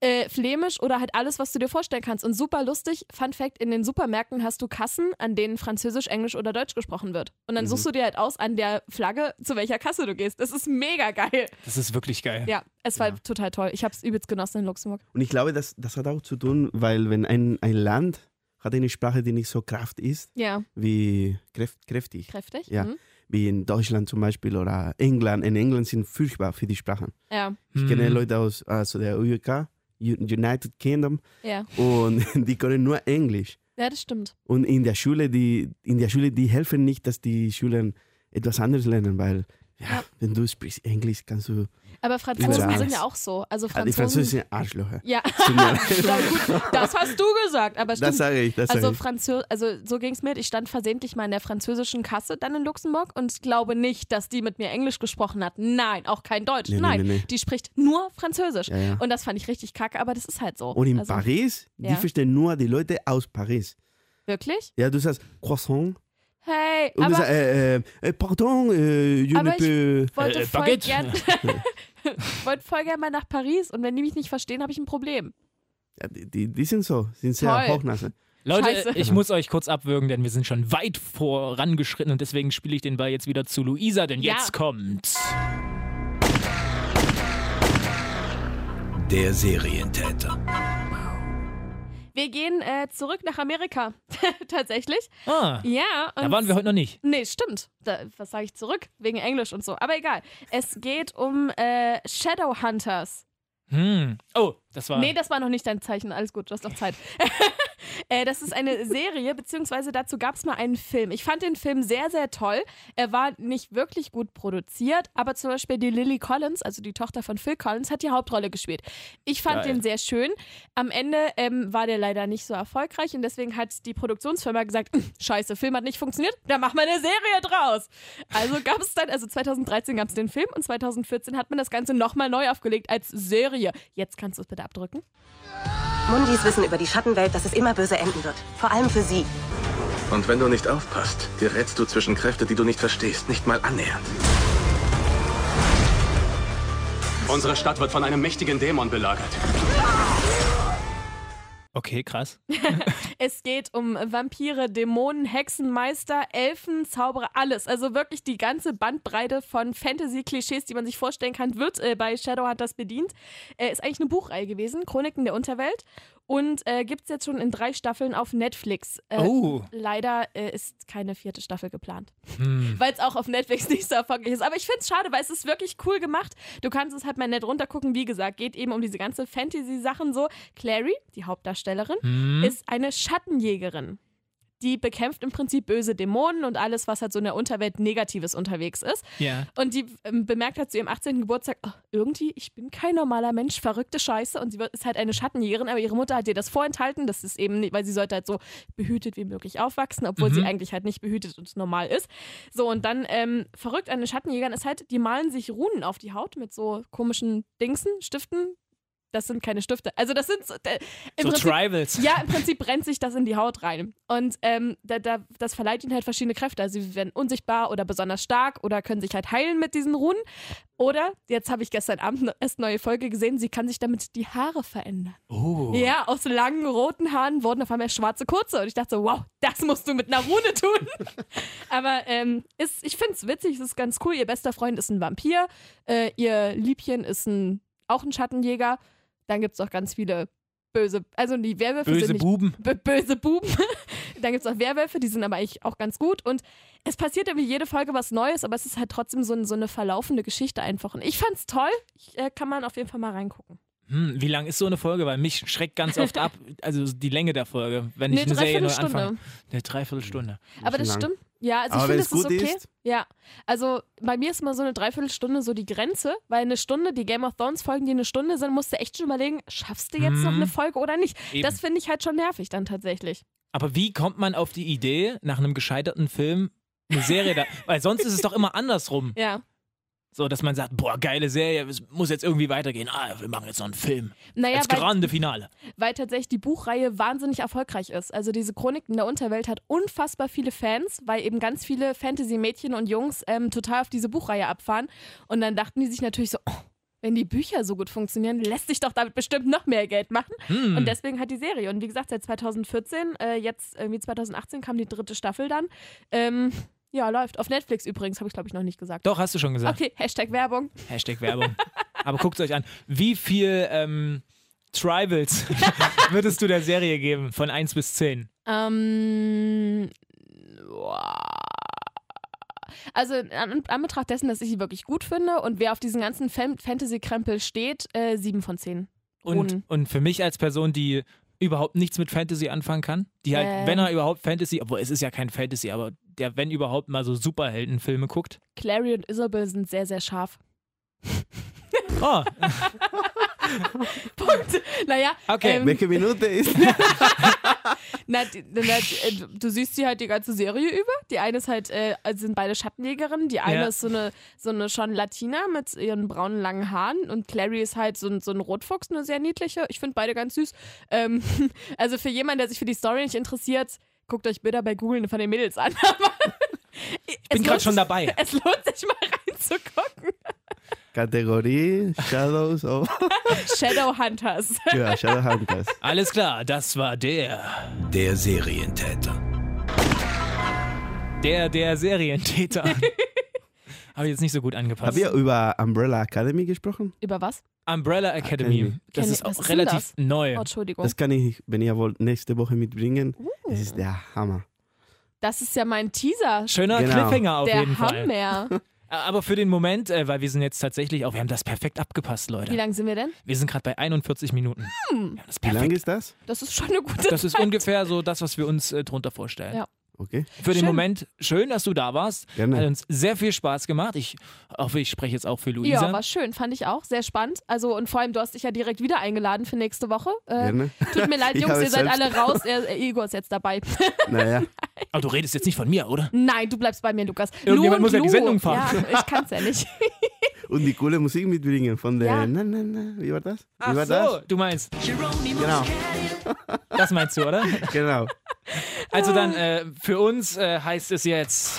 Speaker 3: äh, Flämisch oder halt alles, was du dir vorstellen kannst. Und super lustig, Fun Fact, in den Supermärkten hast du Kassen, an denen Französisch, Englisch oder Deutsch gesprochen wird. Und
Speaker 4: Mhm.
Speaker 3: dann suchst du dir halt aus an der Flagge, zu welcher Kasse du gehst. Das ist mega geil.
Speaker 2: Das ist wirklich geil.
Speaker 3: Ja, es war total toll. Ich habe es übelst genossen in Luxemburg.
Speaker 4: Und ich glaube, das, das hat auch zu tun, weil wenn ein, ein Land hat eine Sprache, die nicht so kraft ist,
Speaker 3: Ja,
Speaker 4: wie kräf, kräftig,
Speaker 3: kräftig.
Speaker 4: Ja.
Speaker 3: Mhm.
Speaker 4: wie in Deutschland zum Beispiel oder England. In England sind furchtbar für die Sprachen.
Speaker 3: Ja,
Speaker 4: Ich kenne Leute aus also der UK, U- United Kingdom,
Speaker 3: ja.
Speaker 4: und die können nur Englisch.
Speaker 3: Ja, das stimmt.
Speaker 4: Und in der Schule, die in der Schule, die helfen nicht, dass die Schüler etwas anderes lernen, weil ja,
Speaker 3: Ja.
Speaker 4: wenn du sprichst Englisch, kannst du.
Speaker 3: Aber Franzosen
Speaker 4: Überall.
Speaker 3: sind ja auch so. Also
Speaker 4: Ah, Die
Speaker 3: Franzosen.
Speaker 4: Franzosen sind Arschlöcher.
Speaker 3: ja.
Speaker 4: Tut mir leid.
Speaker 3: Na gut, das hast du gesagt, aber stimmt.
Speaker 4: Das sage ich, das sage
Speaker 3: Also,
Speaker 4: ich.
Speaker 3: Franzö also so ging es mir. Ich stand versehentlich mal in der französischen Kasse dann in Luxemburg und ich glaube nicht, dass die mit mir Englisch gesprochen hat. Nein, auch kein Deutsch.
Speaker 4: Nee, nee,
Speaker 3: Nein,
Speaker 4: nee, nee.
Speaker 3: die spricht nur Französisch.
Speaker 4: Ja, ja.
Speaker 3: Und das fand ich richtig kacke, aber das ist halt so.
Speaker 4: Und in
Speaker 3: also,
Speaker 4: Paris, die
Speaker 3: ja.
Speaker 4: verstehen nur die Leute aus Paris.
Speaker 3: Wirklich?
Speaker 4: Ja, du sagst Croissant,
Speaker 3: Hey, Ey,
Speaker 4: Und du
Speaker 3: aber
Speaker 4: sagst, äh, äh, äh, pardon, äh, je
Speaker 3: Aber
Speaker 4: ne
Speaker 3: ich-
Speaker 4: peux.
Speaker 3: wollte
Speaker 2: äh,
Speaker 3: voll
Speaker 2: Baguette.
Speaker 3: gern, wollte voll gern mal nach Paris und wenn die mich nicht verstehen, habe ich ein Problem.
Speaker 4: Ja, Ah, die- die, die sind so, sind sehr ne?
Speaker 3: Toll.
Speaker 4: hochnase.
Speaker 2: Leute,
Speaker 3: Scheiße.
Speaker 2: ich muss euch kurz abwürgen, denn wir sind schon weit vorangeschritten und deswegen spiele ich den Ball jetzt wieder zu Luisa, denn
Speaker 3: Ja.
Speaker 2: jetzt kommt.
Speaker 6: Der Serientäter.
Speaker 3: Wir gehen äh, zurück nach Amerika. Tatsächlich.
Speaker 2: Ah,
Speaker 3: Ja.
Speaker 2: da
Speaker 3: und-
Speaker 2: waren wir heute noch nicht.
Speaker 3: Nee, stimmt. Da, was sage ich zurück? Wegen Englisch und so. Aber egal. Es geht um äh, Shadowhunters.
Speaker 2: Hm. Oh, das war.
Speaker 3: Nee, das war noch nicht dein Zeichen. Alles gut, du hast noch Zeit. Äh, Das ist eine Serie, beziehungsweise dazu gab es mal einen Film. Ich fand den Film sehr, sehr toll. Er war nicht wirklich gut produziert, aber zum Beispiel die Lily Collins, also die Tochter von Phil Collins, hat die Hauptrolle gespielt. Ich fand
Speaker 2: Geil.
Speaker 3: den sehr schön. Am Ende ähm, war der leider nicht so erfolgreich und deswegen hat die Produktionsfirma gesagt, "Mm, scheiße, Film hat nicht funktioniert, da machen wir eine Serie draus. Also gab es dann, also 2013 gab es den Film und 2014 hat man das Ganze nochmal neu aufgelegt als Serie. Jetzt kannst du es bitte abdrücken.
Speaker 7: Mundis wissen über die Schattenwelt, dass es immer böse enden wird. Vor allem für sie.
Speaker 8: Und wenn du nicht aufpasst, gerätst du zwischen Kräfte, die du nicht verstehst, nicht mal annähernd. Unsere Stadt wird von einem mächtigen Dämon belagert.
Speaker 2: Okay, krass.
Speaker 3: Es geht um Vampire, Dämonen, Hexenmeister, Elfen, Zauberer, alles. Also wirklich die ganze Bandbreite von Fantasy-Klischees, die man sich vorstellen kann, wird äh, bei Shadowhunters bedient. Äh, ist eigentlich eine Buchreihe gewesen, Chroniken der Unterwelt. Und äh, gibt es jetzt schon in drei Staffeln auf Netflix. Äh,
Speaker 2: Oh.
Speaker 3: Leider äh, ist keine vierte Staffel geplant. Weil es auch auf Netflix nicht so erfolgreich ist. Aber ich finde es schade, weil es ist wirklich cool gemacht. Du kannst es halt mal nett runtergucken. Wie gesagt, geht eben um diese ganze Fantasy-Sachen so. Clary, die Hauptdarstellerin, ist eine Schattenjägerin. Die bekämpft im Prinzip böse Dämonen und alles, was halt so in der Unterwelt Negatives unterwegs ist.
Speaker 2: Ja.
Speaker 3: Und die ähm, bemerkt hat zu ihrem 18. Geburtstag, "Oh, irgendwie, ich bin kein normaler Mensch, verrückte Scheiße. Und sie wird, ist halt eine Schattenjägerin, aber ihre Mutter hat ihr das vorenthalten. Das ist eben nicht, weil sie sollte halt so behütet wie möglich aufwachsen, obwohl sie eigentlich halt nicht behütet und normal ist. So, und dann ähm, verrückt an den Schattenjägern ist halt, die malen sich Runen auf die Haut mit so komischen Dingsen, Stiften. Das sind keine Stifte. Also das sind so, äh, im
Speaker 2: So
Speaker 3: Prinzip
Speaker 2: Tribals.
Speaker 3: ja, im Prinzip brennt sich das in die Haut rein. Und ähm, da, da, das verleiht ihnen halt verschiedene Kräfte. Also sie werden unsichtbar oder besonders stark oder können sich halt heilen mit diesen Runen. Oder, jetzt habe ich gestern Abend ne- erst neue Folge gesehen, sie kann sich damit die Haare verändern.
Speaker 2: Oh.
Speaker 3: Ja, aus langen roten Haaren wurden auf einmal schwarze kurze. Und ich dachte so, wow, das musst du mit einer Rune tun. Aber ähm, ist, ich finde es witzig, es ist ganz cool. Ihr bester Freund ist ein Vampir, äh, ihr Liebchen ist ein, auch ein Schattenjäger. Dann gibt es auch ganz viele böse, also die Werwölfe
Speaker 2: Böse
Speaker 3: sind nicht
Speaker 2: Buben.
Speaker 3: B böse Buben. Dann gibt es auch Werwölfe, die sind aber eigentlich auch ganz gut. Und es passiert irgendwie jede Folge was Neues, aber es ist halt trotzdem so, ein, so eine verlaufende Geschichte einfach. Und ich fand's toll. Ich, äh, kann man auf jeden Fall mal reingucken.
Speaker 2: Hm, wie lang ist so eine Folge? Weil mich schreckt ganz oft ab, also die Länge der Folge, wenn ich
Speaker 3: Eine
Speaker 2: eine Serie neu
Speaker 3: Dreiviertelstunde.
Speaker 2: anfange. Eine Dreiviertelstunde.
Speaker 3: Aber das
Speaker 4: lang.
Speaker 3: stimmt. Ja, also ich
Speaker 4: Aber wenn
Speaker 3: finde,
Speaker 4: es
Speaker 3: das ist
Speaker 4: gut
Speaker 3: okay.
Speaker 4: ist?
Speaker 3: Ja, also bei mir ist mal so eine Dreiviertelstunde so die Grenze, weil eine Stunde, die Game of Thrones Folgen, die eine Stunde sind, musst du echt schon überlegen, schaffst du jetzt noch
Speaker 2: Mhm.
Speaker 3: eine Folge oder nicht?
Speaker 2: Eben.
Speaker 3: Das finde ich halt schon nervig dann tatsächlich.
Speaker 2: Aber wie kommt man auf die Idee, nach einem gescheiterten Film eine Serie da. Weil sonst ist es doch immer andersrum.
Speaker 3: Ja.
Speaker 2: So, dass man sagt, boah, geile Serie, es muss jetzt irgendwie weitergehen. Ah, wir machen jetzt noch einen Film.
Speaker 3: Naja,
Speaker 2: Als
Speaker 3: weil,
Speaker 2: grande Finale.
Speaker 3: weil tatsächlich die Buchreihe wahnsinnig erfolgreich ist. Also diese Chroniken der Unterwelt hat unfassbar viele Fans, weil eben ganz viele Fantasy-Mädchen und Jungs ähm, total auf diese Buchreihe abfahren. Und dann dachten die sich natürlich so, oh, wenn die Bücher so gut funktionieren, lässt sich doch damit bestimmt noch mehr Geld machen.
Speaker 2: Hm.
Speaker 3: Und deswegen hat die Serie. Und wie gesagt, seit 2014, äh, jetzt irgendwie 2018 kam die dritte Staffel dann. Ähm, ja, läuft. Auf Netflix übrigens, habe ich glaube ich noch nicht gesagt.
Speaker 2: Doch, hast du schon gesagt.
Speaker 3: Okay, Hashtag Werbung.
Speaker 2: Hashtag Werbung. Aber guckt euch an. Wie viel ähm, Tribals würdest du der Serie geben? Von 1 bis 10?
Speaker 3: Ähm, boah. also in an Anbetracht dessen, dass ich sie wirklich gut finde und wer auf diesen ganzen Fan Fantasy-Krempel steht, äh, 7 von 10.
Speaker 2: Und,
Speaker 3: Ohne.
Speaker 2: und für mich als Person, die überhaupt nichts mit Fantasy anfangen kann, die halt,
Speaker 3: Ähm.
Speaker 2: wenn er überhaupt Fantasy, obwohl es ist ja kein Fantasy, aber der, wenn überhaupt mal so Superheldenfilme guckt.
Speaker 3: Clary und Isabel sind sehr, sehr scharf.
Speaker 2: Oh,
Speaker 3: Punkt. Naja,
Speaker 2: Okay.
Speaker 3: ähm,
Speaker 4: Welche Minute ist?
Speaker 3: Na, die- na, die- äh, du siehst sie halt die ganze Serie über. Die eine ist halt, äh, also sind beide Schattenjägerinnen. Die eine
Speaker 2: Ja.
Speaker 3: ist so eine, so eine schon Latina mit ihren braunen langen Haaren. Und Clary ist halt so ein, so ein Rotfuchs, eine sehr niedliche. Ich finde beide ganz süß. Ähm, also für jemanden, der sich für die Story nicht interessiert, guckt euch Bilder bei Google von den Mädels an. Aber Ich
Speaker 2: bin grad schon dabei.
Speaker 3: Es lohnt sich mal reinzugucken.
Speaker 4: Kategorie Shadows of.
Speaker 3: Shadowhunters.
Speaker 4: ja, Shadowhunters.
Speaker 2: Alles klar, das war der.
Speaker 6: Der Serientäter.
Speaker 2: Der, der Serientäter. Habe ich jetzt nicht so gut angepasst.
Speaker 4: Haben wir über Umbrella Academy gesprochen?
Speaker 3: Über was?
Speaker 2: Umbrella Academy.
Speaker 4: Academy.
Speaker 2: Das
Speaker 3: Kenn
Speaker 2: ist
Speaker 3: ich- was
Speaker 2: auch
Speaker 3: ist denn
Speaker 2: relativ
Speaker 3: das?
Speaker 2: neu.
Speaker 3: Oh, Uh. Entschuldigung.
Speaker 4: Das kann ich, wenn ihr wollt, nächste Woche mitbringen. Es ist der Hammer.
Speaker 3: Das ist ja mein Teaser.
Speaker 2: Schöner
Speaker 4: Genau.
Speaker 2: Cliffhanger auf jeden
Speaker 3: Der
Speaker 2: Fall.
Speaker 3: Hammer.
Speaker 2: Aber für den Moment, äh, weil wir sind jetzt tatsächlich auch, wir haben das perfekt abgepasst,
Speaker 3: Wie
Speaker 2: Leute.
Speaker 3: lang Hm. sind wir denn?
Speaker 2: Wir sind gerade bei 41 Minuten. Wir haben das
Speaker 4: Wie lang
Speaker 2: perfekt.
Speaker 4: ist das?
Speaker 3: Das ist schon eine gute
Speaker 2: Das ist
Speaker 3: Zeit.
Speaker 2: ungefähr so das, was wir uns äh, drunter vorstellen.
Speaker 3: Ja.
Speaker 4: Okay.
Speaker 2: Für den
Speaker 3: Schön.
Speaker 2: Moment, schön, dass du da warst.
Speaker 4: Gerne.
Speaker 2: Hat uns sehr viel Spaß gemacht. Ich hoffe, ich spreche jetzt auch für Luisa.
Speaker 3: Ja, war schön, fand ich auch. Sehr spannend. Also und vor allem, du hast dich ja direkt wieder eingeladen für nächste Woche. Äh,
Speaker 2: ne?
Speaker 4: Gerne.
Speaker 3: tut mir leid,
Speaker 4: Ich
Speaker 3: Jungs,
Speaker 4: habe
Speaker 3: ihr seid
Speaker 4: selbst-
Speaker 3: alle raus. Er, äh, Igor ist jetzt dabei.
Speaker 4: Naja,
Speaker 2: Aber du redest jetzt nicht von mir, oder?
Speaker 3: Nein, du bleibst bei mir, Lukas.
Speaker 2: Irgendjemand
Speaker 3: Lu
Speaker 2: muss
Speaker 3: und
Speaker 2: ja die
Speaker 3: Lu.
Speaker 2: Sendung fahren.
Speaker 3: Ja, ich kann's ja nicht.
Speaker 4: und die coole Musik mitbringen von der.
Speaker 3: Ja.
Speaker 4: Na, na, na. Wie war das? Wie war
Speaker 2: so, du meinst.
Speaker 4: das?
Speaker 2: Das meinst du, oder?
Speaker 4: Genau, genau.
Speaker 2: Also dann, äh, für uns äh, heißt es jetzt.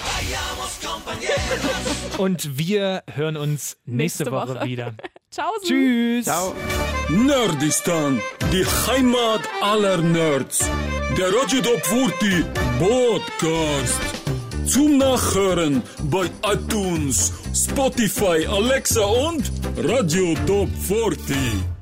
Speaker 2: Und wir hören uns nächste,
Speaker 3: Nächste
Speaker 2: Woche.
Speaker 3: Woche.
Speaker 2: wieder.
Speaker 3: Ciao.
Speaker 2: Tschüss.
Speaker 4: Ciao.
Speaker 1: Nerdistan, die Heimat aller Nerds. Der Rajidop Wurti Podcast. Zum Nachhören bei iTunes, Spotify, Alexa und Radio Top 40.